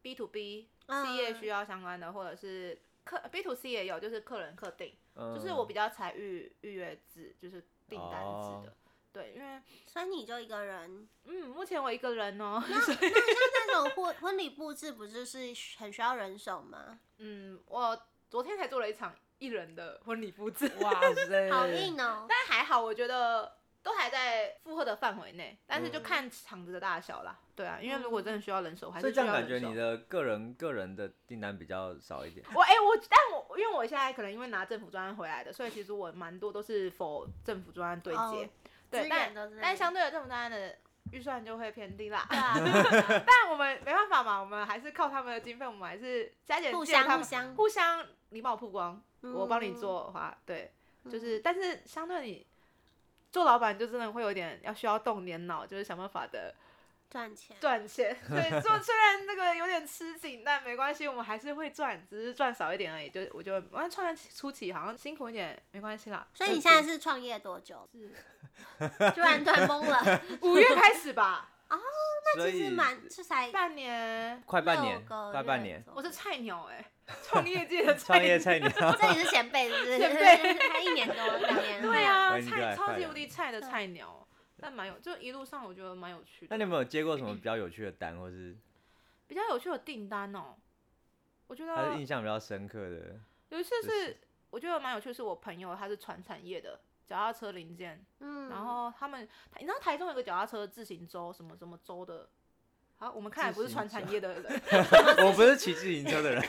[SPEAKER 1] B to B
[SPEAKER 2] 嗯
[SPEAKER 1] 企业需要相关的，或者是客 B to C 也有，就是客人客定。
[SPEAKER 3] 嗯
[SPEAKER 1] 就是 我比较采预预约制，就是订单制的。
[SPEAKER 3] 哦
[SPEAKER 1] 对，因为
[SPEAKER 2] 嗯所以你就一个人。
[SPEAKER 1] 嗯，目前我一个人哦，
[SPEAKER 2] 那种婚 婚礼布置不就是很需要人手吗？
[SPEAKER 1] 嗯，我昨天才做了一场一人的婚礼布置，
[SPEAKER 3] 哇塞，
[SPEAKER 2] 好硬哦。
[SPEAKER 1] 但还好，我觉得都还在负荷的范围内，但是就
[SPEAKER 3] 嗯
[SPEAKER 1] 看场子的大小啦。对啊，因为如果真的需要人手，还
[SPEAKER 3] 所
[SPEAKER 1] 啊是
[SPEAKER 3] 以
[SPEAKER 1] 需要
[SPEAKER 3] 这样感
[SPEAKER 1] 人
[SPEAKER 3] 觉
[SPEAKER 1] 手。
[SPEAKER 3] 你的个人个人的订单比较少一点。
[SPEAKER 1] 我哎、我但我因为我现在可能因为拿政府专案回来的，所以其实我蛮多都是否政府专案对接，
[SPEAKER 2] 哦
[SPEAKER 1] 对
[SPEAKER 2] 资，
[SPEAKER 1] 但
[SPEAKER 2] 源都是那
[SPEAKER 1] 但
[SPEAKER 2] 里
[SPEAKER 1] 相对的政府专案的预算就会偏低啦。
[SPEAKER 2] 对啊对啊，对啊
[SPEAKER 1] 但我们没办法嘛，我们还是靠他们的经费，我们还是加 减
[SPEAKER 2] 啊互
[SPEAKER 1] 借他
[SPEAKER 2] 相互
[SPEAKER 1] 们
[SPEAKER 2] 相，
[SPEAKER 1] 互相你帮我曝光，我帮你
[SPEAKER 2] 嗯
[SPEAKER 1] 做的话，对，就是但是相对你做老板就真的会有点要需要动点脑，就是想办法的
[SPEAKER 2] 赚钱。
[SPEAKER 1] 赚 钱。所以做虽然这个有点吃紧，但没关系，我们还是会赚，只是赚少一点而已。就我就完创业初期好像辛苦一点没关系啦。
[SPEAKER 2] 所以你
[SPEAKER 1] 就
[SPEAKER 2] 现在是创业多久？
[SPEAKER 1] 是
[SPEAKER 2] 突然断 崩了，
[SPEAKER 1] 五月开始吧，
[SPEAKER 3] 所
[SPEAKER 2] 其
[SPEAKER 3] 以
[SPEAKER 2] 实蛮这才
[SPEAKER 1] 半年。
[SPEAKER 3] 快半
[SPEAKER 2] 六
[SPEAKER 3] 年，
[SPEAKER 2] 个
[SPEAKER 3] 快半
[SPEAKER 2] 月
[SPEAKER 3] 年，
[SPEAKER 2] 左右
[SPEAKER 1] 我是菜鸟哎、创业界 的菜
[SPEAKER 3] 创
[SPEAKER 1] 鸟
[SPEAKER 3] 业。菜鸟。
[SPEAKER 2] 这里是前辈，是不是？
[SPEAKER 1] 前 辈
[SPEAKER 2] 他一年多，两年 多。
[SPEAKER 1] 对 啊，
[SPEAKER 3] 欢迎再
[SPEAKER 1] 菜
[SPEAKER 3] 来
[SPEAKER 1] 超
[SPEAKER 3] 快
[SPEAKER 1] 级
[SPEAKER 3] 点
[SPEAKER 1] 无敌菜的
[SPEAKER 2] 对
[SPEAKER 1] 菜鸟，哦但蛮有，就一路上我觉得蛮有趣 的。
[SPEAKER 3] 那你有没有接过什么比较有趣的单，或是
[SPEAKER 1] 比较有趣的订单哦，我觉
[SPEAKER 3] 还是
[SPEAKER 1] 得
[SPEAKER 3] 印象比较深刻的？
[SPEAKER 1] 有一次
[SPEAKER 3] 就是是
[SPEAKER 1] 我觉得蛮有趣，是我朋友他是船产业的。脚踏车零件，
[SPEAKER 2] 嗯，
[SPEAKER 1] 然后他们，你知道台中有个脚踏车自行周，什么什么周的，好，我们看来不是
[SPEAKER 3] 自
[SPEAKER 1] 船
[SPEAKER 3] 行
[SPEAKER 1] 产业的人，
[SPEAKER 3] 我不是骑自行车的人，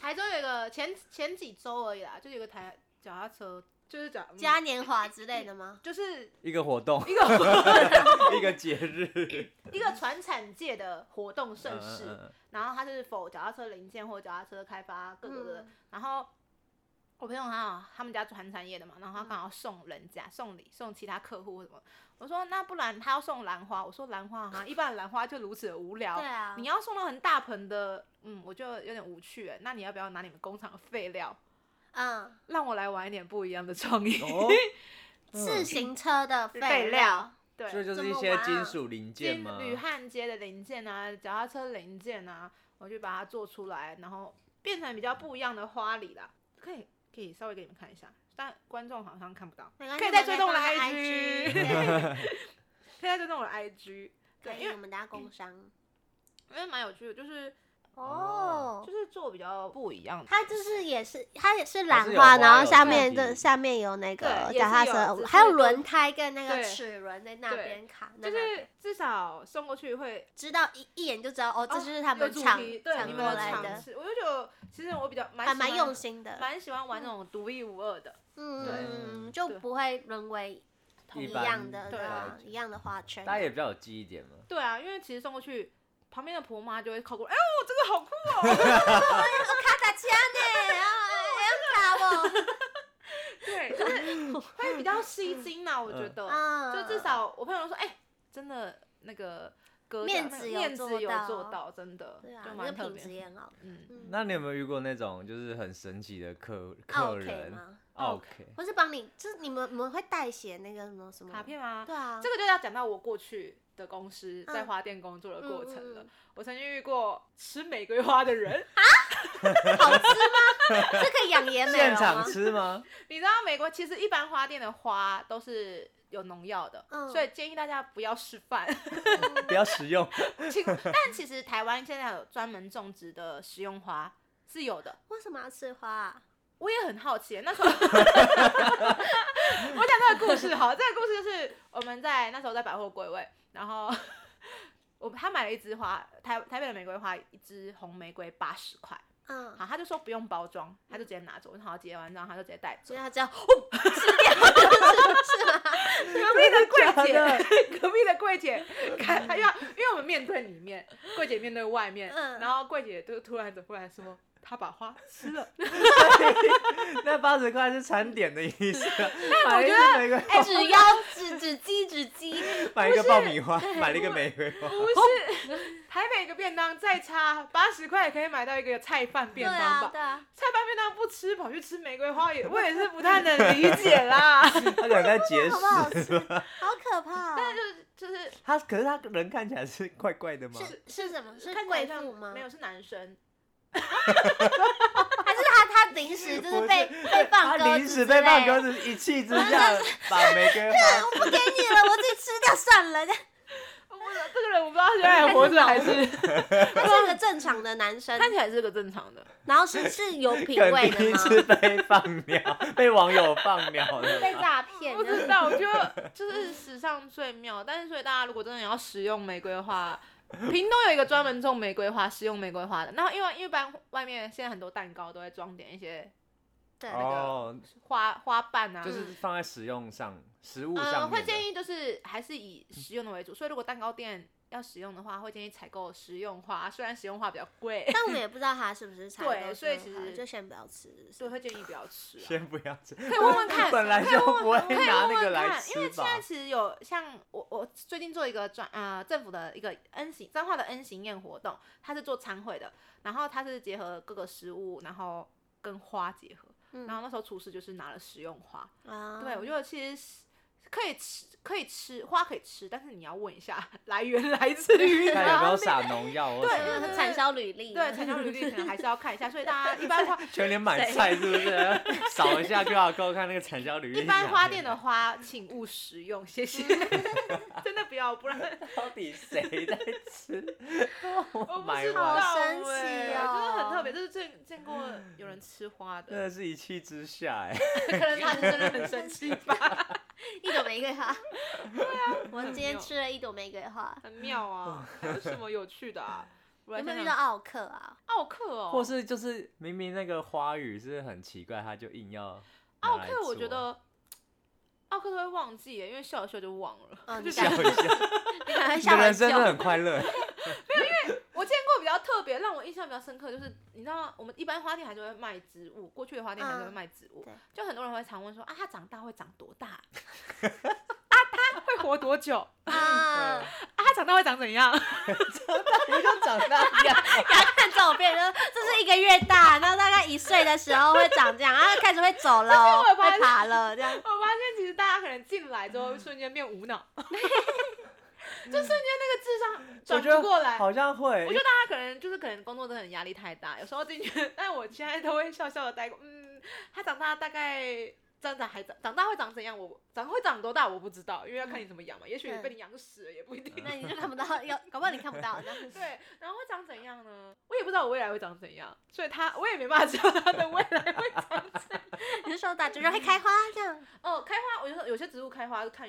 [SPEAKER 1] 台中有一个前前几周而已啦，就有一个台脚踏车，就是脚，嗯
[SPEAKER 2] 嘉年华之类 的吗？
[SPEAKER 1] 就是
[SPEAKER 3] 一个活动，
[SPEAKER 1] 一个
[SPEAKER 3] 一个节日，
[SPEAKER 1] 一个船产界的活动盛
[SPEAKER 3] 嗯
[SPEAKER 1] 世，
[SPEAKER 3] 嗯嗯
[SPEAKER 1] 然后他就是否脚踏车零件或脚踏车开发各个的。
[SPEAKER 2] 嗯
[SPEAKER 1] 然后我朋友他好他们家船产业的嘛，然后他刚好送人家送礼送其他客户或什么，我说那不然他要送兰花，我说兰花哈，一般的兰花就如此的无聊
[SPEAKER 2] 对，啊
[SPEAKER 1] 你，要送到很大盆的，嗯，我就有点无趣欸。那你要不要拿你们工厂的废料，
[SPEAKER 2] 嗯，
[SPEAKER 1] 让我来玩一点不一样的创意？
[SPEAKER 3] 哦，
[SPEAKER 2] 自行车的
[SPEAKER 1] 废
[SPEAKER 2] 料
[SPEAKER 1] 料，对，
[SPEAKER 3] 所以就是
[SPEAKER 2] 怎
[SPEAKER 3] 一
[SPEAKER 2] 么
[SPEAKER 3] 些
[SPEAKER 2] 玩啊
[SPEAKER 3] 金属零件
[SPEAKER 1] 金
[SPEAKER 3] 吗？
[SPEAKER 1] 铝焊接的零件啊，脚踏车零件啊，我就把它做出来，然后变成比较不一样的花礼啦，可以可以稍微给你们看一下，但观众好像看不到，
[SPEAKER 2] 没关系
[SPEAKER 1] 可以再追踪我
[SPEAKER 2] 我
[SPEAKER 1] 的
[SPEAKER 2] 们 再
[SPEAKER 1] IG，
[SPEAKER 2] 放在 IG
[SPEAKER 1] 可以再追踪我的 IG，对，
[SPEAKER 2] 对，可
[SPEAKER 1] 因
[SPEAKER 2] 以
[SPEAKER 1] 为
[SPEAKER 2] 我们大家工商
[SPEAKER 1] 因为蛮有趣的，就是
[SPEAKER 2] 哦
[SPEAKER 1] 就。是做比较不一样的，
[SPEAKER 2] 它就是也是，它也是兰
[SPEAKER 3] 是有
[SPEAKER 2] 花，
[SPEAKER 3] 花
[SPEAKER 2] 然后
[SPEAKER 3] 有
[SPEAKER 2] 下
[SPEAKER 3] 字
[SPEAKER 2] 面
[SPEAKER 3] 体
[SPEAKER 2] 这下面有那个
[SPEAKER 1] 对也
[SPEAKER 2] 脚
[SPEAKER 1] 是
[SPEAKER 2] 踏
[SPEAKER 1] 有
[SPEAKER 2] 车，
[SPEAKER 1] 只
[SPEAKER 2] 还有
[SPEAKER 1] 是
[SPEAKER 2] 轮
[SPEAKER 1] 都
[SPEAKER 2] 胎跟那个
[SPEAKER 1] 对
[SPEAKER 2] 齿轮在那
[SPEAKER 1] 对
[SPEAKER 2] 边卡，那
[SPEAKER 1] 就
[SPEAKER 2] 那
[SPEAKER 1] 是至少送过去会
[SPEAKER 2] 知道一一眼就知道哦，这
[SPEAKER 1] 哦
[SPEAKER 2] 就是他
[SPEAKER 1] 有
[SPEAKER 2] 们
[SPEAKER 1] 主
[SPEAKER 2] 抢
[SPEAKER 1] 题，对你
[SPEAKER 2] 抢
[SPEAKER 1] 们
[SPEAKER 2] 过
[SPEAKER 1] 有
[SPEAKER 2] 来
[SPEAKER 1] 尝
[SPEAKER 2] 的，
[SPEAKER 1] 试，我就觉得其实我比较蛮
[SPEAKER 2] 还
[SPEAKER 1] 喜
[SPEAKER 2] 蛮
[SPEAKER 1] 欢
[SPEAKER 2] 用心的，
[SPEAKER 1] 蛮喜欢玩那种独一无二的，
[SPEAKER 2] 嗯，
[SPEAKER 3] 对
[SPEAKER 2] 就
[SPEAKER 1] 对
[SPEAKER 2] 不会沦为
[SPEAKER 3] 一
[SPEAKER 2] 一
[SPEAKER 3] 般
[SPEAKER 2] 样的
[SPEAKER 1] 对
[SPEAKER 2] 对啊
[SPEAKER 3] 啊
[SPEAKER 2] 一样的花圈
[SPEAKER 3] 大。家也比较有记忆点嘛。
[SPEAKER 1] 对啊，因为其实送过去。旁边的婆妈就会靠过来，哎呦，这个好酷哦！
[SPEAKER 2] 他打枪呢，啊哎然 后还要打
[SPEAKER 1] 对，就是 会比较吸睛呐、我觉得。
[SPEAKER 2] 我，啊，
[SPEAKER 1] 就至少我朋友说，哎、真的那个格调
[SPEAKER 2] 面
[SPEAKER 1] 那
[SPEAKER 2] 子
[SPEAKER 1] 个
[SPEAKER 2] 有
[SPEAKER 1] 面
[SPEAKER 2] 做
[SPEAKER 1] 子有
[SPEAKER 2] 到
[SPEAKER 1] 做到，真的
[SPEAKER 2] 对啊，
[SPEAKER 1] 就
[SPEAKER 2] 那
[SPEAKER 1] 蛮
[SPEAKER 2] 个
[SPEAKER 1] 特
[SPEAKER 2] 品质
[SPEAKER 1] 别。
[SPEAKER 2] 也很好。
[SPEAKER 1] 嗯，
[SPEAKER 2] 嗯
[SPEAKER 3] 那你有没有遇过那种就是很神奇的客客
[SPEAKER 2] 啊 OK
[SPEAKER 3] 人
[SPEAKER 2] 吗？
[SPEAKER 3] ？OK，
[SPEAKER 2] 或是帮你，就是你们你们会代写那个什么什么
[SPEAKER 1] 卡？片吗？
[SPEAKER 2] 对啊，
[SPEAKER 1] 这个就要讲到我过去的公司在
[SPEAKER 2] 嗯
[SPEAKER 1] 花店工作的过程了。
[SPEAKER 2] 嗯嗯嗯
[SPEAKER 1] 我曾经遇过吃玫瑰花的人，
[SPEAKER 2] 好吃吗？这可以养颜美哦
[SPEAKER 3] 现
[SPEAKER 2] 容吗
[SPEAKER 3] 场？吃吗？
[SPEAKER 1] 你知道美国其实一般花店的花都是有农药的，
[SPEAKER 2] 嗯
[SPEAKER 1] 所以建议大家不要示范。
[SPEAKER 3] 比较 实用。
[SPEAKER 1] 请但其实台湾现在有专门种植的食用花是有的，
[SPEAKER 2] 为什么要吃花啊？
[SPEAKER 1] 我也很好奇，那时候 我讲这个故事好，这个故事就是我们在那时候在百货柜位，然后 我他买了一支花，台台北的玫瑰花，一支红玫瑰八十块，
[SPEAKER 2] 嗯，
[SPEAKER 1] 好，他就说不用包装，他就直接拿走，我说好结完账他就直接带走
[SPEAKER 2] 所以，他这样哦吃掉，是是吗？
[SPEAKER 1] 隔壁的柜
[SPEAKER 3] 真的
[SPEAKER 1] 姐， 隔壁的柜姐看，她要，因为我们面对里面，柜姐面对外面，
[SPEAKER 2] 嗯
[SPEAKER 1] 然后柜姐就突然走过来说，她把花吃了。
[SPEAKER 3] 那八十块是餐点的意思 啊，
[SPEAKER 1] 我
[SPEAKER 3] 买
[SPEAKER 1] 觉
[SPEAKER 3] 一个玫瑰
[SPEAKER 2] 哎，只要只只鸡只鸡，
[SPEAKER 3] 买一个爆米花，买了一个玫瑰 花。
[SPEAKER 1] 不是，哦台北一个便当再差八十块也可以买到一个菜饭
[SPEAKER 2] 对
[SPEAKER 1] 便当
[SPEAKER 2] 啊
[SPEAKER 1] 吧？
[SPEAKER 2] 对啊，
[SPEAKER 1] 菜饭便当不吃，跑去吃玫瑰花也，我也是不太能理解啦。
[SPEAKER 3] 他可能在节
[SPEAKER 2] 好不好
[SPEAKER 3] 食，
[SPEAKER 2] 吃？好可怕
[SPEAKER 1] 但
[SPEAKER 2] 哦！
[SPEAKER 1] 是就是就是
[SPEAKER 3] 他可是他人看起来是怪怪的嘛，
[SPEAKER 2] 是是什么？是
[SPEAKER 1] 看起来
[SPEAKER 2] 贵
[SPEAKER 1] 像
[SPEAKER 2] 妇吗？
[SPEAKER 1] 没有，是男生。
[SPEAKER 2] 还是他他临时就是被被放
[SPEAKER 3] 他
[SPEAKER 2] 鸽
[SPEAKER 3] 临
[SPEAKER 2] 子
[SPEAKER 3] 时
[SPEAKER 2] 之
[SPEAKER 3] 被放
[SPEAKER 2] 类
[SPEAKER 3] 鸽
[SPEAKER 2] 的，
[SPEAKER 3] 子，一 气之下把玫瑰花
[SPEAKER 2] 我不给你了，我自己吃掉算了。
[SPEAKER 1] 我不知道这个人我不知道他现在还活着还是，
[SPEAKER 2] 他是个正常的男生，
[SPEAKER 1] 看起来是个正常的。
[SPEAKER 2] 然后是是有品味
[SPEAKER 3] 肯
[SPEAKER 2] 的
[SPEAKER 3] 定
[SPEAKER 2] 吗？
[SPEAKER 3] 是被放鸟，被网友放鸟
[SPEAKER 2] 被
[SPEAKER 3] 的。
[SPEAKER 2] 诈骗
[SPEAKER 1] 不知
[SPEAKER 2] 的，
[SPEAKER 1] 道，我觉得就是史上最妙。但是所以大家如果真的要食用玫瑰花，屏东有一个专门种玫瑰花、食用玫瑰花的。然后因为因为一般外面现在很多蛋糕都会装点一些
[SPEAKER 2] 对，
[SPEAKER 3] 哦，
[SPEAKER 1] 花花瓣啊，
[SPEAKER 3] 就是放在食用上，食物
[SPEAKER 1] 呃
[SPEAKER 3] 上
[SPEAKER 1] 会
[SPEAKER 3] 面的。
[SPEAKER 1] 建议就是还是以食用的为主。所以如果蛋糕店要食用的话，会建议采购食用花，虽然食用花比较贵，
[SPEAKER 2] 但我们也不知道他是不是采
[SPEAKER 1] 对
[SPEAKER 2] 购
[SPEAKER 1] 所以
[SPEAKER 2] 之
[SPEAKER 1] 其
[SPEAKER 2] 后
[SPEAKER 1] 实
[SPEAKER 2] 就先不要吃，是不是
[SPEAKER 1] 所以会建议不要吃、啊。
[SPEAKER 3] 先不要吃，可
[SPEAKER 1] 以问问看
[SPEAKER 3] 本来就不会
[SPEAKER 1] 可以问
[SPEAKER 3] 拿那个
[SPEAKER 1] 问
[SPEAKER 3] 来
[SPEAKER 1] 看，因
[SPEAKER 3] 吃
[SPEAKER 1] 为现在
[SPEAKER 3] 吧。
[SPEAKER 1] 其实有像我，我最近做一个专呃政府的一个 N 型彰化的 N 型宴活动，它是做餐会的，然后它是结合各个食物，然后跟花结合，
[SPEAKER 2] 嗯
[SPEAKER 1] 然后那时候厨师就是拿了食用花，
[SPEAKER 2] 啊？
[SPEAKER 1] 对我觉得其实是可以吃，可以吃花可以吃，但是你要问一下来源来 自于
[SPEAKER 3] 看有没
[SPEAKER 1] 哪
[SPEAKER 3] 有
[SPEAKER 1] 里。
[SPEAKER 3] 撒农药或
[SPEAKER 1] 对
[SPEAKER 3] 什么
[SPEAKER 1] 对
[SPEAKER 3] 的，
[SPEAKER 1] 对
[SPEAKER 2] 产销履历，
[SPEAKER 1] 对，产销履历可能还是要看一下，所以大家一般花
[SPEAKER 3] 全年买菜是不是？ 扫一下 QR code 看那个产销履历。啊
[SPEAKER 1] 一般花店的花，请勿食用，谢 谢。真的不要，不然
[SPEAKER 3] 到底谁在吃？
[SPEAKER 1] 我不
[SPEAKER 3] 买
[SPEAKER 1] 知道
[SPEAKER 3] 完
[SPEAKER 2] 好神
[SPEAKER 1] 欸
[SPEAKER 2] 奇
[SPEAKER 1] 真的
[SPEAKER 2] 哦
[SPEAKER 1] 很特别，就是见见过有人吃花
[SPEAKER 3] 真
[SPEAKER 1] 的，
[SPEAKER 3] 的是一气之下哎、
[SPEAKER 1] 可能他真的很生气吧，
[SPEAKER 2] 一朵玫瑰 花。对啊，我今天
[SPEAKER 1] 妙
[SPEAKER 2] 吃了一朵玫瑰花。
[SPEAKER 1] 很妙啊，还有什么有趣的啊？我来
[SPEAKER 2] 有没
[SPEAKER 1] 想
[SPEAKER 2] 有遇
[SPEAKER 1] 想
[SPEAKER 2] 到奥克啊？
[SPEAKER 1] 奥克哦，
[SPEAKER 3] 或是就是明明那个花语是很奇怪，他就硬要拿
[SPEAKER 1] 奥
[SPEAKER 3] 来
[SPEAKER 1] 哦克，我
[SPEAKER 3] 做
[SPEAKER 1] 觉得奥克都会忘记耶，因为笑一笑就忘了。
[SPEAKER 2] 嗯，你
[SPEAKER 1] 就
[SPEAKER 3] 笑
[SPEAKER 2] 赶
[SPEAKER 1] 想
[SPEAKER 3] 一
[SPEAKER 2] 快
[SPEAKER 3] 下，
[SPEAKER 2] 你赶快
[SPEAKER 3] 你
[SPEAKER 2] 笑
[SPEAKER 3] 的
[SPEAKER 2] 完
[SPEAKER 3] 人生真的
[SPEAKER 2] 笑。
[SPEAKER 3] 很快乐。
[SPEAKER 1] 我见过比较特别，让我印象比较深刻，就是你知道吗？我们一般花店还是会卖植物，过去的花店还是会
[SPEAKER 2] 嗯
[SPEAKER 1] 卖植物，
[SPEAKER 2] 对
[SPEAKER 1] 就很多人会常问说啊，它长大会长多大？啊，它会活多久？啊，
[SPEAKER 3] 嗯
[SPEAKER 2] 啊！
[SPEAKER 1] 它长大会长怎样？
[SPEAKER 3] 我就长那样，
[SPEAKER 2] 他 看照片，就这是一个月大，然后大概一岁的时候会长这样，然后开始会走了哦，
[SPEAKER 1] 这是我发
[SPEAKER 2] 会 爬了这样。
[SPEAKER 1] 我发现其实大家可能进来之后瞬间变无脑， 就瞬间那个智
[SPEAKER 3] 我
[SPEAKER 1] 商转
[SPEAKER 3] 觉得
[SPEAKER 1] 不过来。
[SPEAKER 3] 好像会
[SPEAKER 1] 我觉，得大家可能就是可能工作真的很压力太大，有时候进去，但我现在都会笑笑的带过。嗯，他长大大概长大还长长大会长怎样？我长会长多大我不知道，因为要看你怎么养嘛。也许
[SPEAKER 2] 嗯
[SPEAKER 1] 被你养死了也不一定。
[SPEAKER 2] 那你就看不到，有搞不好你看不到。这样子
[SPEAKER 1] 对，然后会长怎样呢？我也不知道我未来会长怎样，所以他我也没办法知道他的未来会长怎样。
[SPEAKER 2] 你就说打菊花会开花这样，
[SPEAKER 1] 哦，开花，我就说有些植物开花是看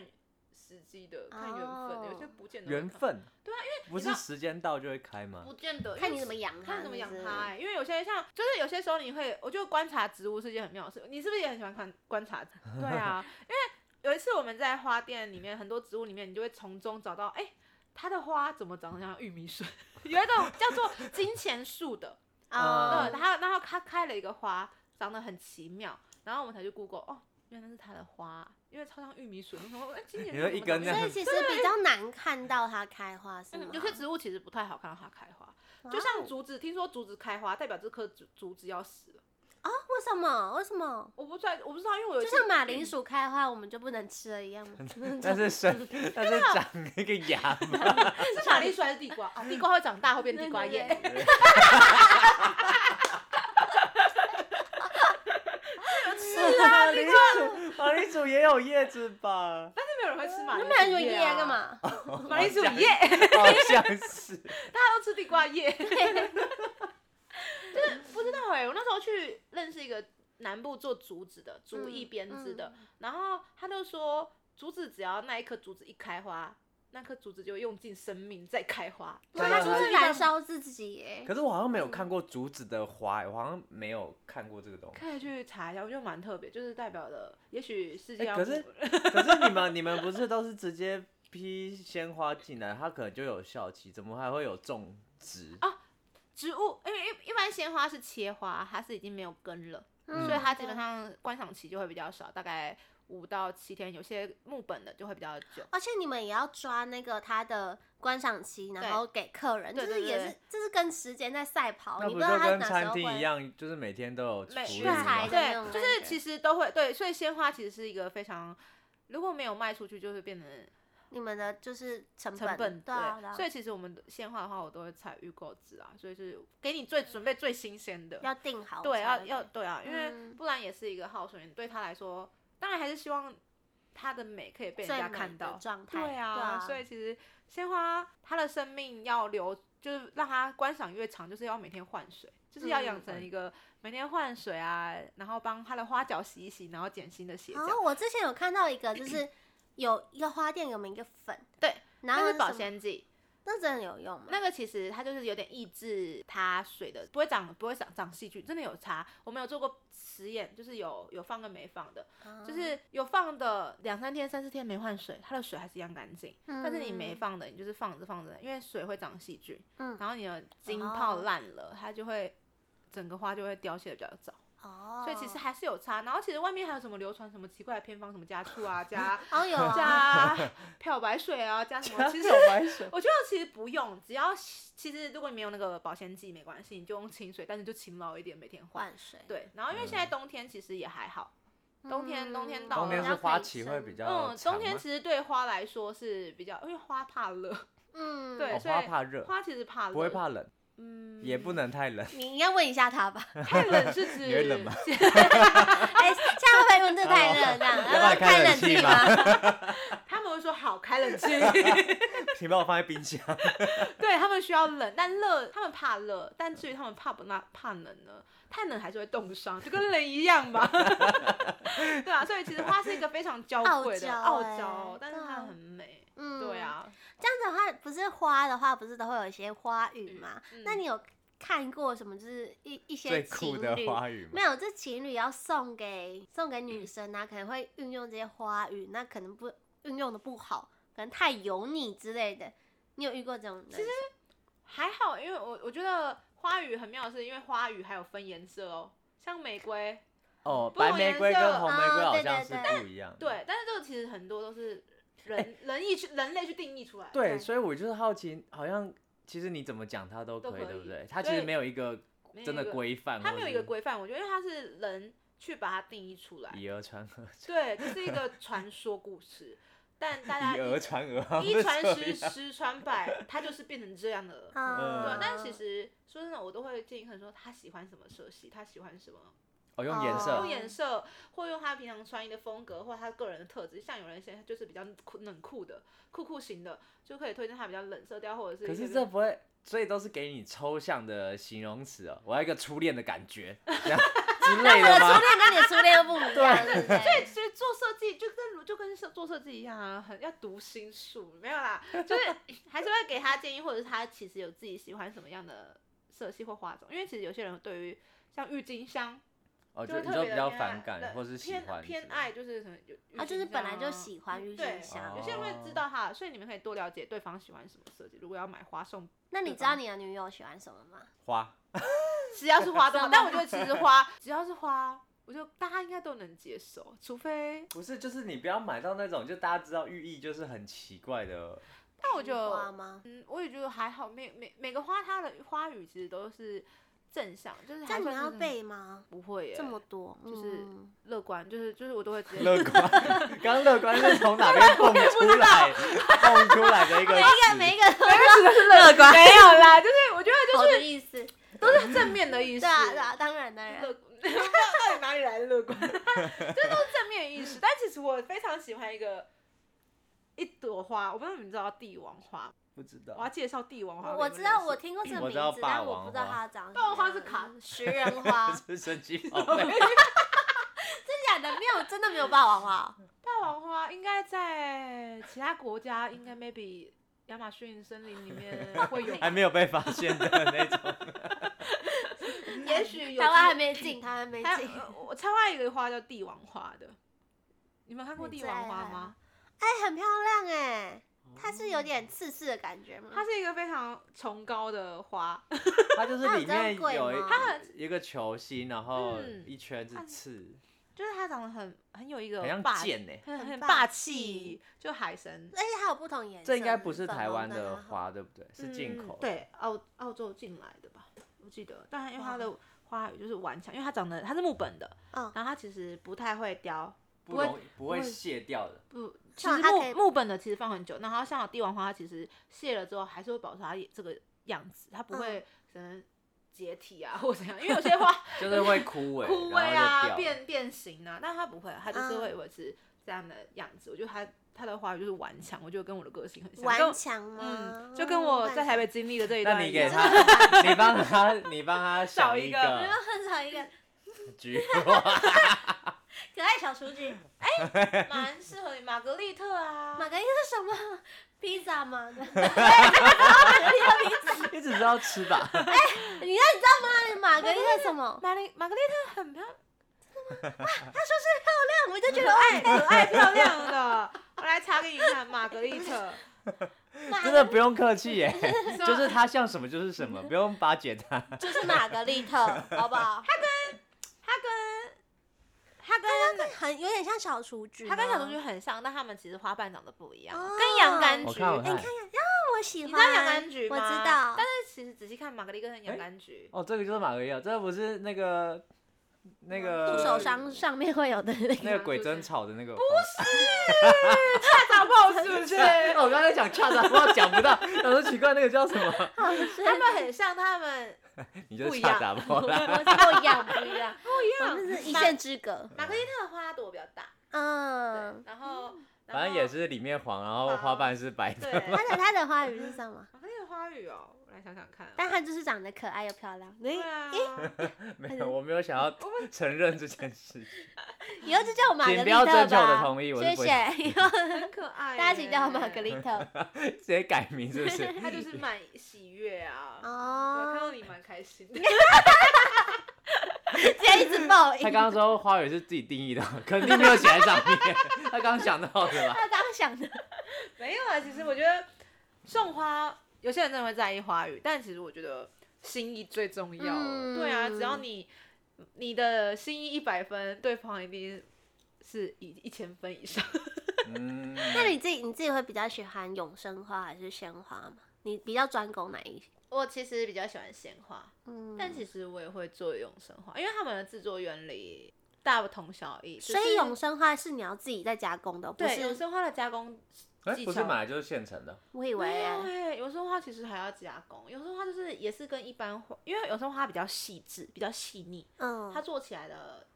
[SPEAKER 1] 时机的，看缘分的，有些
[SPEAKER 2] 哦
[SPEAKER 1] 不见得会
[SPEAKER 3] 缘
[SPEAKER 1] 开
[SPEAKER 3] 分。
[SPEAKER 1] 对啊，
[SPEAKER 3] 因为不
[SPEAKER 1] 你
[SPEAKER 3] 是
[SPEAKER 1] 知道
[SPEAKER 3] 时间到就会开吗？
[SPEAKER 1] 不见得，因
[SPEAKER 2] 看
[SPEAKER 1] 为
[SPEAKER 2] 你怎么养它，
[SPEAKER 1] 看你怎么养
[SPEAKER 2] 是不是
[SPEAKER 1] 它、欸，因为有些像，就是有些时候你会，我就观察植物是一件很妙的事。你是不是也很喜欢看观 察？对啊，因为有一次我们在花店里面，很多植物里面，你就会从中找到，哎、它的花怎么长得像玉米笋？ 有一种叫做金钱树的，
[SPEAKER 2] 哦
[SPEAKER 1] 呃，
[SPEAKER 3] 嗯
[SPEAKER 1] 它然后它开了一个花，长得很奇妙，然后我们才去 Google，哦，原来是它的花，因为超像玉米笋。我说，哎、金钱
[SPEAKER 3] 你
[SPEAKER 1] 树
[SPEAKER 3] 说
[SPEAKER 1] 怎
[SPEAKER 3] 一
[SPEAKER 1] 么
[SPEAKER 3] 根
[SPEAKER 1] 长
[SPEAKER 3] 这
[SPEAKER 1] 得
[SPEAKER 3] 样
[SPEAKER 2] 所以其实比较难看到它开花，是吗
[SPEAKER 1] 嗯？有些植物其实不太好看到它开花，
[SPEAKER 2] 哇
[SPEAKER 1] 就
[SPEAKER 2] 哦
[SPEAKER 1] 像竹子，听说竹子开花代表这棵竹竹子要死了。
[SPEAKER 2] 为什么？为什么？
[SPEAKER 1] 我不知道，我不知道，因为我有一
[SPEAKER 2] 就
[SPEAKER 1] 次
[SPEAKER 2] 像马铃薯开花，我们就不能吃了一 样吗？
[SPEAKER 3] 但是生，但是长一个芽嘛，
[SPEAKER 2] 啊
[SPEAKER 1] 是马铃薯还是地瓜啊？地瓜会长大，会变地瓜叶。
[SPEAKER 2] 嗯对
[SPEAKER 3] 是啊，马铃薯，马铃薯也有叶子吧？
[SPEAKER 1] 但是没有人会吃马
[SPEAKER 2] 那
[SPEAKER 1] 铃
[SPEAKER 2] 不然
[SPEAKER 1] 薯
[SPEAKER 2] 有
[SPEAKER 1] 叶
[SPEAKER 2] 叶
[SPEAKER 1] 啊
[SPEAKER 2] 干？ 嘛？
[SPEAKER 1] 马铃薯
[SPEAKER 3] 好像
[SPEAKER 1] 叶，
[SPEAKER 3] 好像是，
[SPEAKER 1] 大家都吃地瓜叶。 就是不知道哎、我那时候去认识一个南部做竹子的，竹
[SPEAKER 2] 嗯
[SPEAKER 1] 艺编织的，然后他就说，竹子只要那一颗竹子一开花，那颗竹子就用尽生命再开花。
[SPEAKER 2] 对啊，
[SPEAKER 3] 对
[SPEAKER 2] 它
[SPEAKER 3] 啊
[SPEAKER 2] 就是燃烧自己耶。
[SPEAKER 3] 可是我好像没有看过竹子的花欸，我好像没有看过这个东西。
[SPEAKER 1] 可以去查一下，我觉得蛮特别，就是代表了，也许世界
[SPEAKER 3] 哎
[SPEAKER 1] 要
[SPEAKER 3] 可
[SPEAKER 1] 不、
[SPEAKER 3] 是可是你们你们不是都是直接批鲜花进来，它可能就有效期，怎么还会有种植？
[SPEAKER 1] 啊植物，因为一一般鲜花是切花，它是已经没有根了，
[SPEAKER 2] 嗯
[SPEAKER 1] 所以它基本，上观赏期就会比较少，大概五到七天，有些木本的就会比较久。
[SPEAKER 2] 而且你们也要抓那个它的观赏期，然后给客人，就
[SPEAKER 1] 对
[SPEAKER 2] 是
[SPEAKER 1] 对对
[SPEAKER 2] 也是，这是跟时间在赛跑，
[SPEAKER 3] 那
[SPEAKER 2] 哦你
[SPEAKER 3] 不
[SPEAKER 2] 知道
[SPEAKER 3] 就
[SPEAKER 2] 它
[SPEAKER 3] 跟
[SPEAKER 2] 哪时
[SPEAKER 3] 餐
[SPEAKER 2] 候
[SPEAKER 3] 厅一
[SPEAKER 2] 会。
[SPEAKER 3] 样，就是每天都有
[SPEAKER 1] 每
[SPEAKER 3] 厨
[SPEAKER 2] 食
[SPEAKER 3] 余吗
[SPEAKER 2] 材？的那种
[SPEAKER 1] 对，
[SPEAKER 2] 感
[SPEAKER 1] 就是
[SPEAKER 2] 觉
[SPEAKER 1] 其实都会对，所以鲜花其实是一个非常。如果没有卖出去，就会变成
[SPEAKER 2] 你们的就是成
[SPEAKER 1] 成本
[SPEAKER 2] 对啊，对啊
[SPEAKER 1] 所以其实我们的鲜花的话，我都会采预购制啊，所以是给你最准备最新鲜的。
[SPEAKER 2] 要定好才会。
[SPEAKER 1] 对，要要对啊，因为
[SPEAKER 2] 嗯
[SPEAKER 1] 不然也是一个耗损。对他来说，当然还是希望它的美可以被
[SPEAKER 2] 最
[SPEAKER 1] 人家
[SPEAKER 2] 美
[SPEAKER 1] 看
[SPEAKER 2] 的
[SPEAKER 1] 到。
[SPEAKER 2] 状态。
[SPEAKER 1] 对啊，所以其实鲜花它的生命要留，就是让它观赏越长，就是要每天换水，就是要养
[SPEAKER 2] 嗯
[SPEAKER 1] 成一个每天换水啊，然后帮它的花脚洗一洗，然后剪新的鞋
[SPEAKER 2] 然
[SPEAKER 1] 脚。
[SPEAKER 2] 后哦我之前有看到 一个，就是有一个花店有卖一个粉，
[SPEAKER 1] 对，
[SPEAKER 2] 然后
[SPEAKER 1] 那是保
[SPEAKER 2] 什么，
[SPEAKER 1] 鲜剂，
[SPEAKER 2] 那真的有用吗？
[SPEAKER 1] 那个其实它就是有点抑制它水的，不会长不会长长细菌，真的有差。我们有做过实验，就是有有放跟没放的，
[SPEAKER 2] 嗯
[SPEAKER 1] 就是有放的两三天、三四天没换水，它的水还是一样干净。
[SPEAKER 2] 嗯，
[SPEAKER 1] 但是你没放的，你就是放着放着，因为水会长细菌，
[SPEAKER 2] 嗯
[SPEAKER 1] 然后你的茎
[SPEAKER 2] 哦
[SPEAKER 1] 泡烂了，它就会整个花就会凋谢的比较早，
[SPEAKER 2] 哦，
[SPEAKER 1] 所以其实还是有差。然后其实外面还有什么流传什么奇怪的偏方，什么加醋 啊，加
[SPEAKER 2] 哦有啊，
[SPEAKER 1] 加漂白水啊，加什么，其实。
[SPEAKER 3] 白水，
[SPEAKER 1] 我觉得其实不用，只要其实如果你没有那个保鲜剂没关系，你就用清水，但是就勤劳一点，每天换。
[SPEAKER 2] 换水，
[SPEAKER 1] 对，然后因为现在冬天其实也还好，冬天冬
[SPEAKER 2] 嗯
[SPEAKER 1] 天到了
[SPEAKER 3] 嗯冬天
[SPEAKER 1] 然
[SPEAKER 3] 是
[SPEAKER 1] 后
[SPEAKER 3] 花期会比
[SPEAKER 2] 较，
[SPEAKER 3] 较
[SPEAKER 1] 嗯，
[SPEAKER 3] 长
[SPEAKER 1] 冬天
[SPEAKER 3] 吗
[SPEAKER 1] 其实对花来说是比较，因为花怕热，
[SPEAKER 2] 嗯，
[SPEAKER 1] 对
[SPEAKER 3] 哦
[SPEAKER 1] 所以
[SPEAKER 3] 花怕热，
[SPEAKER 1] 花其实怕热，
[SPEAKER 3] 不会，怕冷，
[SPEAKER 1] 嗯，
[SPEAKER 3] 也不能 太冷。
[SPEAKER 2] 你应该问一下 他吧。
[SPEAKER 1] 太冷是指
[SPEAKER 3] 你会冷吗
[SPEAKER 2] 哎，这样会不会问这太热这样？
[SPEAKER 1] 哦
[SPEAKER 3] 要不要
[SPEAKER 2] 要
[SPEAKER 3] 开
[SPEAKER 2] 开
[SPEAKER 3] 冷
[SPEAKER 2] 冷
[SPEAKER 3] 气
[SPEAKER 2] 气
[SPEAKER 3] 吗
[SPEAKER 2] 吗？
[SPEAKER 1] 他们会说好开冷气，
[SPEAKER 3] 请把我放在冰箱。
[SPEAKER 1] 对他们需要冷，但热他们怕热，但至于他们怕不那怕冷呢？太冷还是会冻伤，就跟人一样 嘛。 对啊，所以其实花是一个非常娇贵的
[SPEAKER 2] 傲
[SPEAKER 1] 傲
[SPEAKER 2] 娇欸
[SPEAKER 1] 娇，但是
[SPEAKER 2] 对啊
[SPEAKER 1] 它很美。
[SPEAKER 2] 嗯
[SPEAKER 1] 对。啊，
[SPEAKER 2] 这样的话，不是花的话，不是都会有一些花语吗？
[SPEAKER 1] 嗯嗯
[SPEAKER 2] 那你有看过什么？就是一一些
[SPEAKER 3] 最酷
[SPEAKER 2] 情
[SPEAKER 3] 的
[SPEAKER 2] 侣
[SPEAKER 3] 花语
[SPEAKER 2] 没
[SPEAKER 3] 嘛，
[SPEAKER 2] 有，这情侣要送给送给女生啊，可能会运用这些花语，那可能不运用的不好，可能太油腻之类的。你有遇过这种人？其实
[SPEAKER 1] 还好，因为我我觉得花语很妙的是，因为花语还有分颜色哦，像玫瑰，
[SPEAKER 3] 哦，
[SPEAKER 1] 不
[SPEAKER 3] 白
[SPEAKER 1] 同
[SPEAKER 3] 玫
[SPEAKER 1] 颜
[SPEAKER 3] 瑰
[SPEAKER 1] 色
[SPEAKER 3] 跟红玫瑰
[SPEAKER 2] 啊
[SPEAKER 3] 好
[SPEAKER 2] 对
[SPEAKER 3] 像
[SPEAKER 2] 对
[SPEAKER 3] 是
[SPEAKER 2] 对
[SPEAKER 3] 不一样。
[SPEAKER 1] 对，但是这个其实很多都是人人意去人类去定义出来的。
[SPEAKER 3] 对，
[SPEAKER 2] 对
[SPEAKER 3] 所以我就是好奇，好像其实你怎么讲它都
[SPEAKER 1] 都
[SPEAKER 3] 可以，
[SPEAKER 1] 可
[SPEAKER 3] 对不
[SPEAKER 1] 以
[SPEAKER 3] 对？它其实
[SPEAKER 1] 对
[SPEAKER 3] 没有一个
[SPEAKER 1] 没有
[SPEAKER 3] 真
[SPEAKER 1] 一
[SPEAKER 3] 的
[SPEAKER 1] 个
[SPEAKER 3] 规范，
[SPEAKER 1] 它
[SPEAKER 3] 或
[SPEAKER 1] 没有一
[SPEAKER 3] 是
[SPEAKER 1] 个规范，我觉得因为它是人去把它定义出来。
[SPEAKER 3] 以讹传讹。
[SPEAKER 1] 对，这是一个传说故事。但大家
[SPEAKER 3] 以讹传讹，好像
[SPEAKER 1] 一
[SPEAKER 3] 是
[SPEAKER 1] 传
[SPEAKER 3] 这
[SPEAKER 1] 十，
[SPEAKER 3] 样
[SPEAKER 1] 十传百，它就是变成这样的了。对
[SPEAKER 2] 啊
[SPEAKER 1] 啊，但其实说真的，我都会建议客人说他喜欢什么色系，他喜欢什么，
[SPEAKER 3] 哦，用颜
[SPEAKER 2] 哦
[SPEAKER 1] 用
[SPEAKER 3] 色，
[SPEAKER 1] 颜色或用他平常穿衣的风格或他个人的特质。像有人现在就是比较酷冷酷的、酷酷型的，就可以推荐他比较冷色调或者是一
[SPEAKER 3] 可
[SPEAKER 1] 些
[SPEAKER 3] 是
[SPEAKER 1] 比
[SPEAKER 3] 这
[SPEAKER 1] 较。
[SPEAKER 3] 不会，所以都是给你抽象的形容词哦。我要一个初恋的感觉，这样之类
[SPEAKER 2] 我的
[SPEAKER 3] 的
[SPEAKER 2] 初
[SPEAKER 3] 吗？
[SPEAKER 2] 恋跟你的初恋又不一样，对不对？
[SPEAKER 1] 其实做设计就跟就跟设做设计一样啊，很要读心术，没有啦，就是 还是会给他建议，或者是他其实有自己喜欢什么样的色系或化妆，因为其实有些人对于像郁金香
[SPEAKER 3] 哦，
[SPEAKER 1] 就
[SPEAKER 3] 就
[SPEAKER 1] 会
[SPEAKER 3] 你
[SPEAKER 1] 特
[SPEAKER 3] 说
[SPEAKER 1] 别
[SPEAKER 3] 比
[SPEAKER 1] 的
[SPEAKER 3] 较
[SPEAKER 1] 偏
[SPEAKER 3] 反
[SPEAKER 1] 爱
[SPEAKER 3] 感
[SPEAKER 1] 对
[SPEAKER 3] 或是喜
[SPEAKER 1] 偏
[SPEAKER 3] 欢
[SPEAKER 1] 偏
[SPEAKER 3] 之类的
[SPEAKER 1] 爱，就是什么有郁
[SPEAKER 2] 他就
[SPEAKER 1] 金
[SPEAKER 2] 是本来
[SPEAKER 1] 香
[SPEAKER 2] 就
[SPEAKER 1] 啊
[SPEAKER 2] 喜欢郁
[SPEAKER 1] 对
[SPEAKER 2] 金香
[SPEAKER 1] 有。些人会知道他，所以你们可以多了解对方喜欢什么设计。如果要买花 送，
[SPEAKER 2] 那你知道你的女友喜欢什么吗？
[SPEAKER 3] 花。
[SPEAKER 1] 只要是花都
[SPEAKER 2] 知道
[SPEAKER 1] 好，
[SPEAKER 2] 吗
[SPEAKER 1] 但我觉得其实花，只要是花，我觉得大家应该都能接受，除非。
[SPEAKER 3] 不是，就是你不要买到那种，就大家知道寓意就是很奇怪的。
[SPEAKER 1] 但我觉
[SPEAKER 2] 花
[SPEAKER 1] 得，
[SPEAKER 2] 吗？
[SPEAKER 1] 嗯，我也觉得还好，每每每个花它的花语其实都是正向，就是
[SPEAKER 2] 这
[SPEAKER 1] 还
[SPEAKER 2] 样你
[SPEAKER 1] 算是
[SPEAKER 2] 要
[SPEAKER 1] 很
[SPEAKER 2] 背吗？
[SPEAKER 1] 不会耶，
[SPEAKER 2] 这么多，
[SPEAKER 1] 就是
[SPEAKER 2] 嗯
[SPEAKER 1] 乐观，就是就是我都会直接
[SPEAKER 3] 乐观，刚刚乐观是从哪 边蹦出来、蹦出来的一 个
[SPEAKER 2] 每一
[SPEAKER 3] 词
[SPEAKER 2] 个每一个 都
[SPEAKER 1] 乐观， 没有啦，就是我觉得
[SPEAKER 2] 哦好的意思。
[SPEAKER 1] 都是正面的意思，
[SPEAKER 2] 对啊对啊， 当然当然。
[SPEAKER 1] 乐，到底哪里来的 乐观？这都是正面意识。但其实我非常喜欢一个一朵花，我不知道你们知道帝王花，
[SPEAKER 3] 不知
[SPEAKER 1] 我要
[SPEAKER 3] 道。
[SPEAKER 1] 介绍帝王花。
[SPEAKER 2] 我我知道我听过这个
[SPEAKER 3] 我
[SPEAKER 2] 名
[SPEAKER 3] 知道
[SPEAKER 2] 字，
[SPEAKER 3] 霸
[SPEAKER 2] 但我
[SPEAKER 3] 王
[SPEAKER 2] 不知道它
[SPEAKER 3] 花
[SPEAKER 2] 长什么样。
[SPEAKER 1] 霸王花是卡
[SPEAKER 2] 食人花，
[SPEAKER 3] 是神奇宝贝，，
[SPEAKER 2] 真假的没有，真的没有霸王啊 花。
[SPEAKER 1] 霸王花应该在其他国家，应该 maybe 亚马逊森林里面会有
[SPEAKER 3] 还没有被发现的那 种。
[SPEAKER 1] 也许有
[SPEAKER 2] 台湾还没进，台湾没
[SPEAKER 1] 还
[SPEAKER 2] 进
[SPEAKER 1] 有。呃我超爱一个花叫帝王花的，你们看过
[SPEAKER 2] 你
[SPEAKER 1] 帝
[SPEAKER 2] 最
[SPEAKER 1] 王
[SPEAKER 2] 爱
[SPEAKER 1] 花
[SPEAKER 2] 啊
[SPEAKER 1] 吗？
[SPEAKER 2] 哎，很漂亮哎，它是有点刺刺的感觉吗？
[SPEAKER 1] 它是一个非常崇高的花，
[SPEAKER 3] 它就是里面
[SPEAKER 2] 它有这
[SPEAKER 3] 有一
[SPEAKER 2] 样贵吗
[SPEAKER 3] 一个球心，然后
[SPEAKER 1] 嗯
[SPEAKER 3] 一圈是刺，
[SPEAKER 1] 就是它长得很很有一个
[SPEAKER 3] 很像
[SPEAKER 1] 霸
[SPEAKER 3] 剑欸呢。
[SPEAKER 1] 很
[SPEAKER 2] 很
[SPEAKER 1] 很
[SPEAKER 2] 霸
[SPEAKER 1] 霸
[SPEAKER 2] 气
[SPEAKER 1] 气，就海神。
[SPEAKER 2] 而且它有不同颜色。
[SPEAKER 3] 这应该不是
[SPEAKER 2] 粉
[SPEAKER 3] 台
[SPEAKER 2] 红
[SPEAKER 3] 湾
[SPEAKER 2] 的
[SPEAKER 3] 的
[SPEAKER 2] 啊，
[SPEAKER 3] 花，对不对？是进口
[SPEAKER 1] 嗯、
[SPEAKER 3] 的。
[SPEAKER 1] 对澳澳洲进来的吧，我记得。当然，因为它
[SPEAKER 2] 哇
[SPEAKER 1] 的花语就是顽强，因为它长得它是木本的，
[SPEAKER 2] 嗯
[SPEAKER 1] 然后它其实不太会雕，
[SPEAKER 3] 不
[SPEAKER 1] 会
[SPEAKER 3] 容易不会
[SPEAKER 1] 不会
[SPEAKER 3] 卸掉的。
[SPEAKER 1] 不，其
[SPEAKER 2] 像
[SPEAKER 1] 实
[SPEAKER 2] 它可以
[SPEAKER 1] 木木本的其实放很久，然后像帝王花，它其实卸了之后还是会保持它这个样子，它
[SPEAKER 2] 嗯
[SPEAKER 1] 不会可能解体啊、或怎样，因为有些花
[SPEAKER 3] 就是会枯萎，
[SPEAKER 1] 枯萎
[SPEAKER 3] 然
[SPEAKER 1] 啊、
[SPEAKER 3] 后就掉了。
[SPEAKER 1] 变变形啊，但它不会，它就是
[SPEAKER 2] 嗯
[SPEAKER 1] 会维持这样的样子。我觉得它它的花语就是顽强，我觉得跟我的个性很像，跟
[SPEAKER 2] 顽
[SPEAKER 1] 我
[SPEAKER 2] 强吗
[SPEAKER 1] 嗯，？就跟我在台北经历的这一
[SPEAKER 3] 那
[SPEAKER 1] 段
[SPEAKER 3] 你
[SPEAKER 1] 一
[SPEAKER 3] 给
[SPEAKER 1] 样。
[SPEAKER 3] 他，
[SPEAKER 2] 嗯
[SPEAKER 3] 你帮他，你帮他
[SPEAKER 1] 找
[SPEAKER 3] 想
[SPEAKER 1] 一
[SPEAKER 3] 一
[SPEAKER 1] 个
[SPEAKER 2] 我
[SPEAKER 3] 个
[SPEAKER 2] 要很少一个
[SPEAKER 3] 菊花，
[SPEAKER 2] 可爱小雏菊。
[SPEAKER 1] 蛮适合你，玛格丽特啊
[SPEAKER 2] 玛格丽是什么？披萨 吗？你知
[SPEAKER 3] 你只知道吃 吧？
[SPEAKER 2] 道你知道吗？玛格丽是什么？
[SPEAKER 1] 玛丽玛格丽特很漂亮，
[SPEAKER 2] 我就觉得哎，
[SPEAKER 1] 可 爱漂亮的。我来查给你看，玛格丽特，
[SPEAKER 2] 玛
[SPEAKER 3] 真的不用客气 耶，就是他像什么就是什么，不用巴结他。
[SPEAKER 2] 就是玛格丽特，好不好？
[SPEAKER 1] 它跟它跟
[SPEAKER 2] 很有点像小雏菊吗，
[SPEAKER 1] 它跟小雏菊很像，但它们其实花瓣长得不一样，
[SPEAKER 2] 哦
[SPEAKER 1] 跟洋甘
[SPEAKER 3] 我
[SPEAKER 1] 菊。
[SPEAKER 3] 看我
[SPEAKER 1] 哎
[SPEAKER 3] 看，
[SPEAKER 2] 我喜
[SPEAKER 1] 你
[SPEAKER 2] 欢。
[SPEAKER 1] 知道洋甘菊
[SPEAKER 2] 我
[SPEAKER 1] 吗？
[SPEAKER 2] 知道，
[SPEAKER 1] 但是其实仔细看，玛格丽特跟洋甘菊，
[SPEAKER 3] 哦，这个就是玛格丽特，这个不是那个那个
[SPEAKER 2] 护手霜上面会有的那个。
[SPEAKER 3] 那个鬼针草的那个花。
[SPEAKER 1] 大爆是 不是？
[SPEAKER 3] 哦我刚才讲恰恰话讲不到，我说奇怪那个叫什么？
[SPEAKER 2] 好 是
[SPEAKER 1] 他们很像，他们
[SPEAKER 3] 你就是恰恰
[SPEAKER 2] 我
[SPEAKER 3] 话
[SPEAKER 2] 我
[SPEAKER 3] 啦。
[SPEAKER 2] 不一样，不一 样，
[SPEAKER 1] 不一
[SPEAKER 2] 我
[SPEAKER 1] 样
[SPEAKER 2] 们。是一线之隔。
[SPEAKER 1] 哦玛格丽特的花朵比较大，对，
[SPEAKER 2] 嗯，
[SPEAKER 1] 然后
[SPEAKER 3] 反正也。是里面黄，然后花瓣是白
[SPEAKER 1] 然
[SPEAKER 3] 的。
[SPEAKER 1] 后对，
[SPEAKER 2] 它的它的花语是什么？
[SPEAKER 1] 玛格丽特花语哦，我来想想看啊。
[SPEAKER 2] 但它就是长得可爱又漂亮，
[SPEAKER 1] 对
[SPEAKER 2] 以
[SPEAKER 1] 啊，
[SPEAKER 3] 没有，我没有想要承认这件事情。
[SPEAKER 2] 以后就叫我玛格丽特吧。
[SPEAKER 3] 请不要征求我的同意我
[SPEAKER 2] 谢
[SPEAKER 3] 是不会
[SPEAKER 2] 谢。以 后
[SPEAKER 1] 很可爱耶。
[SPEAKER 2] 大家请叫我玛 格丽特。
[SPEAKER 3] 直接改名是不是？
[SPEAKER 1] 他 就是蛮喜悦啊，对，看到
[SPEAKER 2] 哦，
[SPEAKER 1] 你蛮开心的。
[SPEAKER 2] 直接一直报应。
[SPEAKER 3] 他刚刚说花语是自己定义的，肯定没有写在上面。他刚刚想到 的吧？
[SPEAKER 2] 他刚刚想的，
[SPEAKER 1] 没有啊，其实我觉得送花，有些人真的会在意花语，但其实我觉得心意最重要。
[SPEAKER 2] 嗯
[SPEAKER 1] 对啊，只要你你的心意一百分，对方一定是一一千分以上。
[SPEAKER 3] 嗯，
[SPEAKER 2] 那你自己你自己会比较喜欢永生花还是鲜花吗？你比较专攻哪一？
[SPEAKER 1] 我其实比较喜欢鲜花，
[SPEAKER 2] 嗯，
[SPEAKER 1] 但其实我也会做永生花，因为他们的制作原理大同小异。只
[SPEAKER 2] 所以
[SPEAKER 1] 是
[SPEAKER 2] 永生花是你要自己再加工的，不
[SPEAKER 1] 对永
[SPEAKER 2] 是？
[SPEAKER 1] 生花的加工
[SPEAKER 3] 哎、
[SPEAKER 1] 技
[SPEAKER 3] 不是
[SPEAKER 1] 巧
[SPEAKER 3] 买来就是现成的，
[SPEAKER 2] 我以
[SPEAKER 1] 没有
[SPEAKER 3] 啊
[SPEAKER 2] 为
[SPEAKER 1] 哎、有时候花其实还要加工，有时候花就是也是跟一般花，因为有时候花比较细致，比较细腻，
[SPEAKER 2] 嗯
[SPEAKER 1] 它做起来的，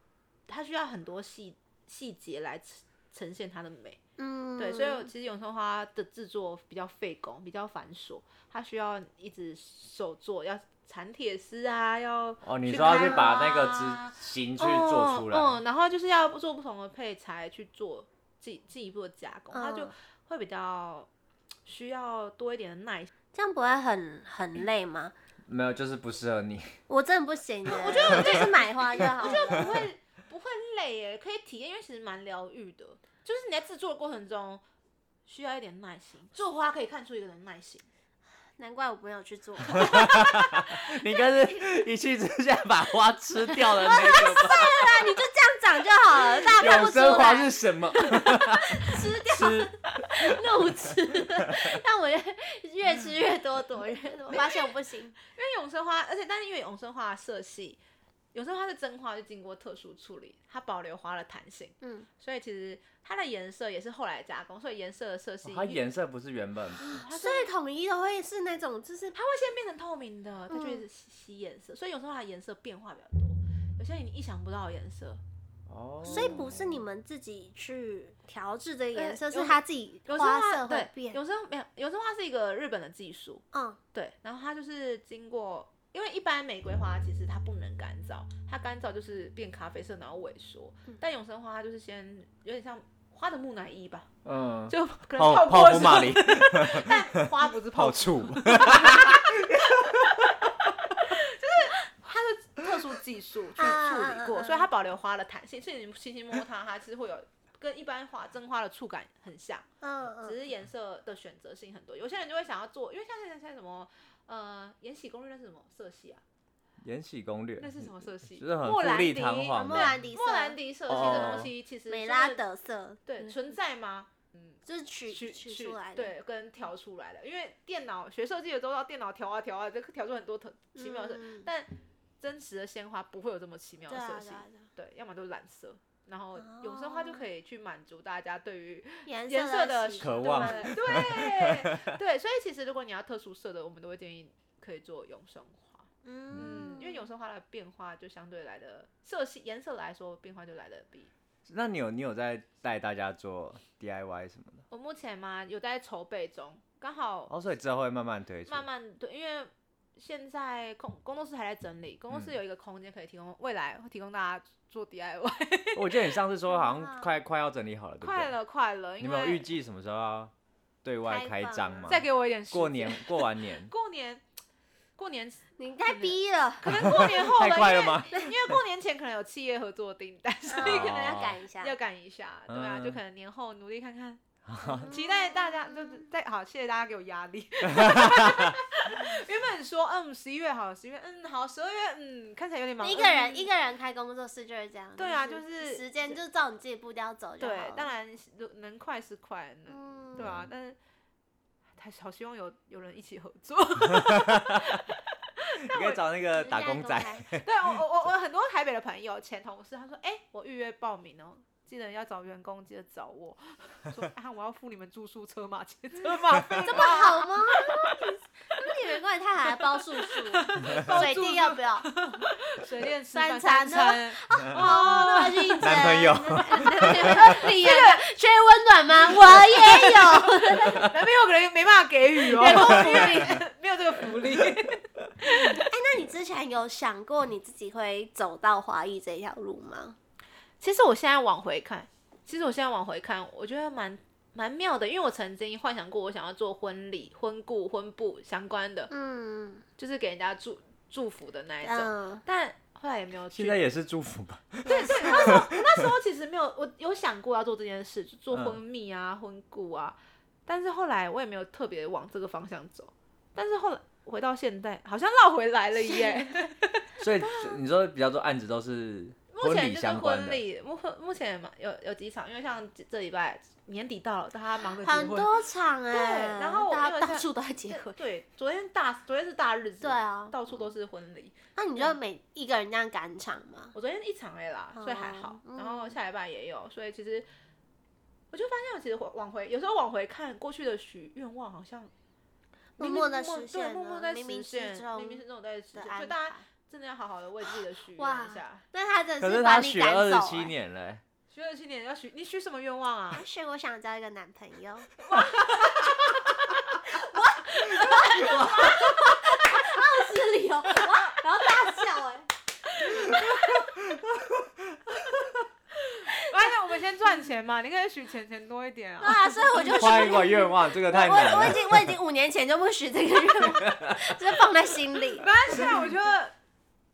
[SPEAKER 1] 它需要很多细细节来呈呈现它的美。
[SPEAKER 2] 嗯，
[SPEAKER 1] 对，所以其实永生花的制作比较费工，比较繁琐，它需要一直手做，要缠铁丝啊，要
[SPEAKER 3] 哦，你
[SPEAKER 1] 去
[SPEAKER 3] 说要
[SPEAKER 1] 开哦
[SPEAKER 3] 去把那个
[SPEAKER 1] 花
[SPEAKER 3] 执行去做出来，
[SPEAKER 1] 嗯，嗯然后就是要做不同的配材去做进进一步的加工，它就
[SPEAKER 2] 嗯
[SPEAKER 1] 会比较需要多一点的耐心。
[SPEAKER 2] 这样不会很很累吗？
[SPEAKER 3] 没有就是不适合你。
[SPEAKER 2] 我真的不行耶，我觉得我 就是买花就好
[SPEAKER 1] 我。觉得不会不会累耶，可以体验，因为其实蛮疗愈的。就是你在制作的过程中需要一点耐心，做花可以看出一个人的耐心。
[SPEAKER 2] 难怪我没有 去做。
[SPEAKER 3] 你应该是一气之下把花吃掉的那个吧？
[SPEAKER 2] 那啊你就这样长就好了，大家看不
[SPEAKER 3] 永
[SPEAKER 2] 出
[SPEAKER 3] 生花
[SPEAKER 2] 来
[SPEAKER 3] 是。什么？
[SPEAKER 2] 吃掉
[SPEAKER 3] 吃哦
[SPEAKER 2] 怒吃，但我越越吃越多朵，越我发现我不行。
[SPEAKER 1] 因为永生花，而且但是因为永生花的色系，永生花是真花，就经过特殊处理，它保留花的弹性，
[SPEAKER 2] 嗯，
[SPEAKER 1] 所以其实它的颜色也是后来加工，所以颜色的色系，
[SPEAKER 3] 哦它颜色不是原本
[SPEAKER 1] 它是
[SPEAKER 2] 所以统一的会是那种，就是
[SPEAKER 1] 它会先变成透明的，
[SPEAKER 3] 嗯
[SPEAKER 1] 它就会吸吸颜色，所以有时候它的颜色变化比较多，有些你意想不到的颜色。
[SPEAKER 3] 哦，
[SPEAKER 2] 所以不是你们自己去调制的颜色，
[SPEAKER 1] 呃
[SPEAKER 2] 是它自己
[SPEAKER 1] 有时候
[SPEAKER 2] 花
[SPEAKER 1] 它
[SPEAKER 2] 色
[SPEAKER 1] 对
[SPEAKER 2] 会，变。
[SPEAKER 1] 有时候没有，有时候它是一个日本的技术，
[SPEAKER 2] 嗯，
[SPEAKER 1] 对，然后它就是经过，因为一般玫瑰花其实它不能干燥，它干燥就是变咖啡色，然后萎缩，
[SPEAKER 2] 嗯
[SPEAKER 1] 但永生花它就是先有点像花的木乃伊吧，
[SPEAKER 3] 嗯，
[SPEAKER 1] 就可能
[SPEAKER 3] 泡
[SPEAKER 1] 泡过
[SPEAKER 3] 泡
[SPEAKER 1] 的
[SPEAKER 3] 芙
[SPEAKER 1] 时
[SPEAKER 3] 玛
[SPEAKER 1] 候，
[SPEAKER 3] 丽，
[SPEAKER 1] 但 花不是
[SPEAKER 3] 泡
[SPEAKER 1] 泡芙，
[SPEAKER 3] 醋，
[SPEAKER 1] 特殊技术去
[SPEAKER 2] 啊
[SPEAKER 1] 处
[SPEAKER 2] 啊
[SPEAKER 1] 理
[SPEAKER 2] 啊
[SPEAKER 1] 过，
[SPEAKER 2] 啊
[SPEAKER 1] 所以它保留花的弹性，所以你轻轻摸它，它其实会有跟一般花真花的触感很像。
[SPEAKER 2] 嗯
[SPEAKER 1] 只
[SPEAKER 2] 嗯，
[SPEAKER 1] 是颜色的选择性很多。有些人就会想要做，因为像现在现在什么，呃，《延禧攻略》那是什么色系啊？
[SPEAKER 3] 《延禧攻略
[SPEAKER 1] 那》是什么色系？
[SPEAKER 3] 就是很
[SPEAKER 1] 莫
[SPEAKER 3] 富
[SPEAKER 1] 兰
[SPEAKER 3] 丽
[SPEAKER 1] 迪
[SPEAKER 3] 堂皇
[SPEAKER 2] 啊莫
[SPEAKER 3] 的哦
[SPEAKER 2] 兰迪色
[SPEAKER 1] 莫兰迪色系的东西，其实
[SPEAKER 2] 美
[SPEAKER 1] 真
[SPEAKER 2] 拉
[SPEAKER 1] 的
[SPEAKER 2] 德色，
[SPEAKER 1] 对
[SPEAKER 2] 嗯
[SPEAKER 1] 存在吗？嗯，
[SPEAKER 2] 就是取取出来的。
[SPEAKER 1] 对，跟调出来的，因为电脑学设计的都知道，电脑调啊调啊，就调出很多特奇妙的色，
[SPEAKER 2] 嗯
[SPEAKER 1] 但真实的鲜花不会有这么奇妙
[SPEAKER 2] 对
[SPEAKER 1] 的
[SPEAKER 2] 啊
[SPEAKER 1] 色
[SPEAKER 2] 对
[SPEAKER 1] 系，
[SPEAKER 2] 啊哦对啊
[SPEAKER 1] 对，要么就是蓝色，然后永生花就可以去满足大家对于
[SPEAKER 2] 颜
[SPEAKER 1] 颜色的
[SPEAKER 2] 喜啊
[SPEAKER 1] 喜
[SPEAKER 3] 渴望
[SPEAKER 1] 对对对，所以其实如果你要特殊色的，我们都会建议可以做永生花，
[SPEAKER 2] 嗯
[SPEAKER 1] 嗯，，因为永生花的变化就相对来的色系颜色来说变化就来的比。
[SPEAKER 3] 那你有你有在带大家做 DIY 什么的？
[SPEAKER 1] 我目前嘛有在筹备中，刚好
[SPEAKER 3] 嗯哦，所以之后会慢慢推出。
[SPEAKER 1] 慢慢对，因为现在工工作室还在整理，工作室
[SPEAKER 3] 嗯
[SPEAKER 1] 有一个空间可以提供未来会提供大家做 DIY，
[SPEAKER 3] 我记得你上次说好
[SPEAKER 2] 啊
[SPEAKER 3] 像快快要整理好了，对不
[SPEAKER 1] 快
[SPEAKER 3] 对？
[SPEAKER 1] 了快了，
[SPEAKER 3] 你
[SPEAKER 1] 因
[SPEAKER 3] 们有预
[SPEAKER 1] 为
[SPEAKER 3] 计什么时候要对外
[SPEAKER 2] 开
[SPEAKER 3] 开
[SPEAKER 2] 放
[SPEAKER 3] 张
[SPEAKER 2] 啊
[SPEAKER 3] 吗？
[SPEAKER 1] 再给我一点时
[SPEAKER 3] 过
[SPEAKER 1] 间，
[SPEAKER 3] 年过完年
[SPEAKER 1] 过年过 年
[SPEAKER 2] 你太逼了，
[SPEAKER 1] 可能过年后
[SPEAKER 3] 太快了
[SPEAKER 1] 因为
[SPEAKER 3] 吗哦
[SPEAKER 1] 因为过年前可能有企业合作订 单，所以
[SPEAKER 2] 嗯
[SPEAKER 1] 可能
[SPEAKER 2] 要赶一下。
[SPEAKER 1] 要赶一下，对啊，
[SPEAKER 3] 嗯
[SPEAKER 1] 就可能年后努力看看，
[SPEAKER 2] 嗯
[SPEAKER 1] 期待大家就是 再好，谢谢大家给我压力。原本说嗯十一月好，十一月嗯好，十二月嗯看起来有点忙，
[SPEAKER 2] 一个人
[SPEAKER 1] 嗯
[SPEAKER 2] 一个人开工作室就是这样。
[SPEAKER 1] 对啊就是
[SPEAKER 2] 时间就照你自己步调走就好
[SPEAKER 1] 对
[SPEAKER 2] 了。，
[SPEAKER 1] 当然如能快是快，能
[SPEAKER 2] 嗯，
[SPEAKER 1] 对
[SPEAKER 2] 啊，
[SPEAKER 1] 啊，但是还是好希望有有人一起合 作。
[SPEAKER 3] 你可以找那个打工仔。
[SPEAKER 1] 对我我我我很多台北的朋友前同事，他说哎、我预约报名哦。记得要找员工，记得找 我。说啊，我要付你们住宿车马钱、车马费吗，这
[SPEAKER 2] 这么 好吗？那你员工也太好了，包住宿、 水
[SPEAKER 1] 住宿
[SPEAKER 2] 电要 不要？
[SPEAKER 1] 水电吃
[SPEAKER 2] 三
[SPEAKER 1] 饭
[SPEAKER 2] 餐
[SPEAKER 1] 三
[SPEAKER 2] 呢
[SPEAKER 1] 餐，
[SPEAKER 2] 哦，那 我去应征。
[SPEAKER 3] 男朋友
[SPEAKER 2] 你也 缺温暖吗？我也有。
[SPEAKER 1] 男朋友可 能没办法给予哦，
[SPEAKER 2] 员工
[SPEAKER 1] 因为没有这个福利。
[SPEAKER 2] 那你之前有想过你自己会走到华裔这条路吗？
[SPEAKER 1] 其实我现在往回看，其实我现在往回看，我觉得蛮蛮妙的，因为我曾经幻想过我想要做婚礼、婚顾、婚布相关的，
[SPEAKER 2] 嗯
[SPEAKER 1] 就是给人家祝祝福的那一种，
[SPEAKER 2] 嗯，
[SPEAKER 1] 但后来也没有去
[SPEAKER 3] 现。在也是祝福吧，
[SPEAKER 1] 对，所以那时候那时候其实没有，我有想过要做这件事，就做婚蜜啊、
[SPEAKER 3] 嗯
[SPEAKER 1] 婚顾啊，但是后来我也没有特别往这个方向走，但是后来回 到现代，好像绕回来了耶。
[SPEAKER 3] 所以你说比较多案子都是
[SPEAKER 1] 目
[SPEAKER 3] 婚
[SPEAKER 1] 前
[SPEAKER 3] 礼
[SPEAKER 1] 这个
[SPEAKER 3] 相关
[SPEAKER 1] 婚
[SPEAKER 3] 的，
[SPEAKER 1] 礼，目目前嘛有有几场，因为像这这礼拜年底到了，大家忙着结
[SPEAKER 2] 很
[SPEAKER 1] 婚。
[SPEAKER 2] 多场哎、
[SPEAKER 1] 对然后我
[SPEAKER 2] 大
[SPEAKER 1] 因为
[SPEAKER 2] 家
[SPEAKER 1] 像
[SPEAKER 2] 到处都在结
[SPEAKER 1] 对
[SPEAKER 2] 婚。
[SPEAKER 1] 对，昨天大昨天是大日子，
[SPEAKER 2] 对啊，
[SPEAKER 1] 到处都是婚礼。
[SPEAKER 2] 那你就每一个人这样赶场吗？
[SPEAKER 1] 我昨天一场而已啦，所以还好。
[SPEAKER 2] 哦
[SPEAKER 1] 然后下礼拜也有，所以其实我就发现，我其实往往回有时候往回看过去的许愿望，好像
[SPEAKER 2] 默
[SPEAKER 1] 明明
[SPEAKER 2] 默的
[SPEAKER 1] 默
[SPEAKER 2] 实现
[SPEAKER 1] 对，
[SPEAKER 2] 了，
[SPEAKER 1] 默默在
[SPEAKER 2] 冥冥
[SPEAKER 1] 实
[SPEAKER 2] 之
[SPEAKER 1] 现，
[SPEAKER 2] 中
[SPEAKER 1] 明明是这种在实现，
[SPEAKER 2] 的
[SPEAKER 1] 所
[SPEAKER 2] 安
[SPEAKER 1] 以大
[SPEAKER 2] 排
[SPEAKER 1] 家。真的要好好的为自己的许愿
[SPEAKER 2] 哇
[SPEAKER 1] 一下。
[SPEAKER 2] 那他真
[SPEAKER 3] 可
[SPEAKER 2] 的
[SPEAKER 3] 是
[SPEAKER 2] 把
[SPEAKER 3] 他
[SPEAKER 2] 你
[SPEAKER 3] 许
[SPEAKER 2] 赶
[SPEAKER 3] 二十
[SPEAKER 2] 走、
[SPEAKER 3] 七
[SPEAKER 2] 欸。
[SPEAKER 3] 年了欸，
[SPEAKER 1] 许二七年要许你许什么愿望啊？
[SPEAKER 2] 但是我想交一个男朋友， 二十理由，哦哇然后大笑哎、
[SPEAKER 1] 而哎且我们先赚钱嘛，你可以许钱钱多一点
[SPEAKER 2] 对
[SPEAKER 1] 啊。
[SPEAKER 2] 啊，所以我就
[SPEAKER 3] 换一
[SPEAKER 2] 是
[SPEAKER 3] 个愿望，这个太难
[SPEAKER 2] 我我已
[SPEAKER 3] 了。
[SPEAKER 2] 经我已经五年前就不许这个愿望， 就是放在心里
[SPEAKER 1] 没。关系啊，我觉得，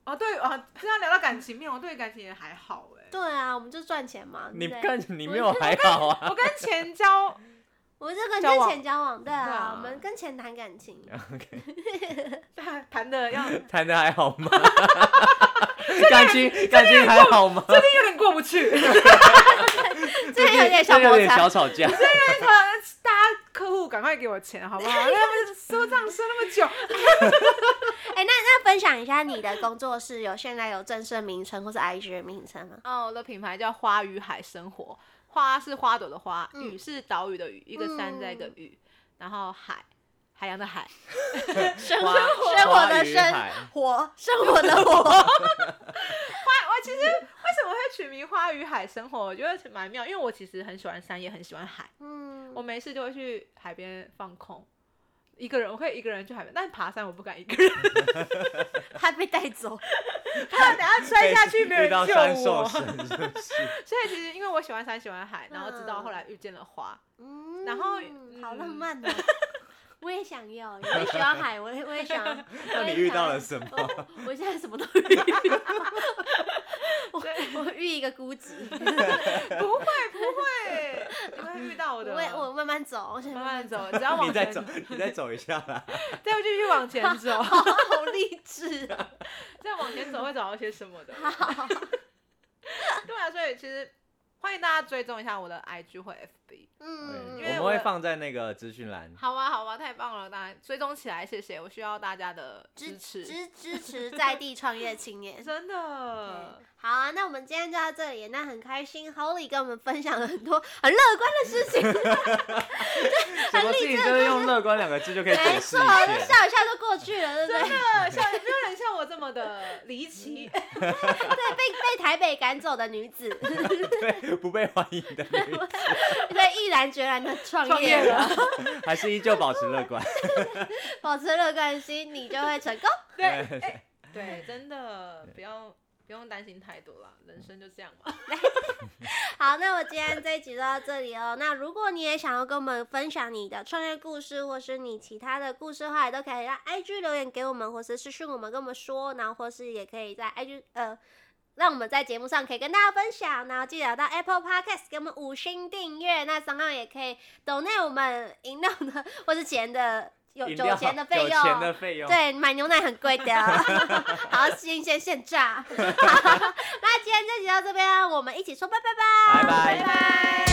[SPEAKER 1] 哦对啊，这样聊到感情面，我对感情也还好哎、
[SPEAKER 2] 对啊，我们就赚钱嘛，对
[SPEAKER 3] 你
[SPEAKER 2] 不对？
[SPEAKER 3] 看你没有还好啊，
[SPEAKER 1] 我跟钱交，
[SPEAKER 2] 我们就跟
[SPEAKER 1] 交
[SPEAKER 2] 跟
[SPEAKER 1] 往
[SPEAKER 2] 钱交往，对
[SPEAKER 1] 对
[SPEAKER 2] 啊哎
[SPEAKER 1] 啊，
[SPEAKER 2] 我们跟钱谈感情。
[SPEAKER 1] 哎谈的要
[SPEAKER 3] 谈的还好吗？感情感情还好吗？
[SPEAKER 1] 最近有点过不去，这
[SPEAKER 2] 这个有点小
[SPEAKER 3] 这
[SPEAKER 2] 摩
[SPEAKER 3] 有点
[SPEAKER 2] 擦
[SPEAKER 3] 小，吵 架。
[SPEAKER 1] 个大家客户赶快给我钱好不好？那不是赊账赊那么久，
[SPEAKER 2] 哎、那那分享一下你的工作室有现在有正式名称或是 IG 的名称吗？
[SPEAKER 1] 哦，我的品牌叫花与海生活，花是花朵的花，
[SPEAKER 2] 嗯
[SPEAKER 1] 雨是岛屿的雨，一个山在一个
[SPEAKER 2] 嗯
[SPEAKER 1] 雨，然后海，海洋的海，
[SPEAKER 2] 生
[SPEAKER 3] 花
[SPEAKER 2] 生活的
[SPEAKER 3] 花与
[SPEAKER 2] 生
[SPEAKER 3] 海
[SPEAKER 2] 活，生活的活，
[SPEAKER 1] 花，哦我其实为什么会取名花与海生活？我觉得蛮妙，因为我其实很喜欢山，也很喜欢海。
[SPEAKER 2] 嗯，
[SPEAKER 1] 我没事就会去海边放空，一个人我会一个人去海边，但爬山我不敢一个人，
[SPEAKER 2] 他被带走，
[SPEAKER 1] 怕等下摔下去没有
[SPEAKER 3] 遇到
[SPEAKER 1] 人救
[SPEAKER 3] 山兽
[SPEAKER 1] 我。
[SPEAKER 3] 神，是 不是
[SPEAKER 1] 所以其实因为我喜欢山喜欢海，然后直到后来遇见了花，
[SPEAKER 2] 嗯，
[SPEAKER 1] 然后
[SPEAKER 2] 好浪
[SPEAKER 1] 嗯
[SPEAKER 2] 漫哦。 我也想要，我也喜欢海，我 也我也想。
[SPEAKER 3] 那
[SPEAKER 2] 那
[SPEAKER 3] 你遇到了什么？
[SPEAKER 2] 我 我现在什么都 遇到，我我遇一个孤寂，
[SPEAKER 1] 不会不会， 你会遇到我的。
[SPEAKER 2] 我也我慢慢走，我想
[SPEAKER 1] 慢慢，走，只要
[SPEAKER 3] 你
[SPEAKER 1] 往
[SPEAKER 3] 再
[SPEAKER 1] 前
[SPEAKER 3] 走，你再走一下啦。
[SPEAKER 1] 再继续往前走，
[SPEAKER 2] 好励志啊！
[SPEAKER 1] 再往前走会找到些什么的。 对啊，所以其实欢迎大家追踪一下我的 IG 或 FB。
[SPEAKER 2] 嗯，
[SPEAKER 1] 因为
[SPEAKER 3] 对
[SPEAKER 1] 我
[SPEAKER 3] 我们会
[SPEAKER 1] 的
[SPEAKER 3] 放在那个资讯栏。
[SPEAKER 1] 好啊，好啊，太棒了！大家追踪起来，谢谢，我需要大家的
[SPEAKER 2] 支
[SPEAKER 1] 支持，
[SPEAKER 2] 支支持在地创业青 年。
[SPEAKER 1] 真
[SPEAKER 2] 嗯
[SPEAKER 1] 的。
[SPEAKER 2] 好啊，那我们今天就到这里，那很开心，Holly 跟我们分享了很多很乐观的事 情，
[SPEAKER 3] 什么事情就是用乐观两个字就可以
[SPEAKER 2] 没
[SPEAKER 3] 解释
[SPEAKER 2] 错，
[SPEAKER 3] 一
[SPEAKER 2] 就
[SPEAKER 3] 切。
[SPEAKER 2] 笑一下就过去了，对不
[SPEAKER 1] 真
[SPEAKER 2] 对？
[SPEAKER 1] 的像没有人像我这么的离奇，
[SPEAKER 2] 对，被被台北赶走的女子，
[SPEAKER 3] 对，不被欢迎的女子，
[SPEAKER 2] 对，毅然决然的创
[SPEAKER 1] 创
[SPEAKER 2] 业
[SPEAKER 1] 业了
[SPEAKER 2] 了，
[SPEAKER 3] 还是依旧保持乐观。
[SPEAKER 2] 保持乐观心，你就会成功。
[SPEAKER 1] 对哎 对，真的不要不用担心太多了，人生就这样嘛。
[SPEAKER 2] 好，那我今天这一集就到这里哦。那如果你也想要跟我们分享你的创业故事，或是你其他的故事的话，也都可以让 IG 留言给我们，或是私讯我们跟我们说，然后或是也可以在 IG 呃。让我们在节目上可以跟大家分享，然后记得到 Apple Podcast 给我们五星订阅，那三号也可以 donate 我们饮料的或是钱的有
[SPEAKER 3] 饮
[SPEAKER 2] 酒
[SPEAKER 3] 料
[SPEAKER 2] 钱的费
[SPEAKER 3] 有
[SPEAKER 2] 用，
[SPEAKER 3] 钱的费用。
[SPEAKER 2] 对，买牛奶很贵的，好新鲜现 榨。好那今天这集到这边，我们一起说拜拜吧，
[SPEAKER 3] 拜
[SPEAKER 2] 拜
[SPEAKER 3] 拜
[SPEAKER 2] 拜。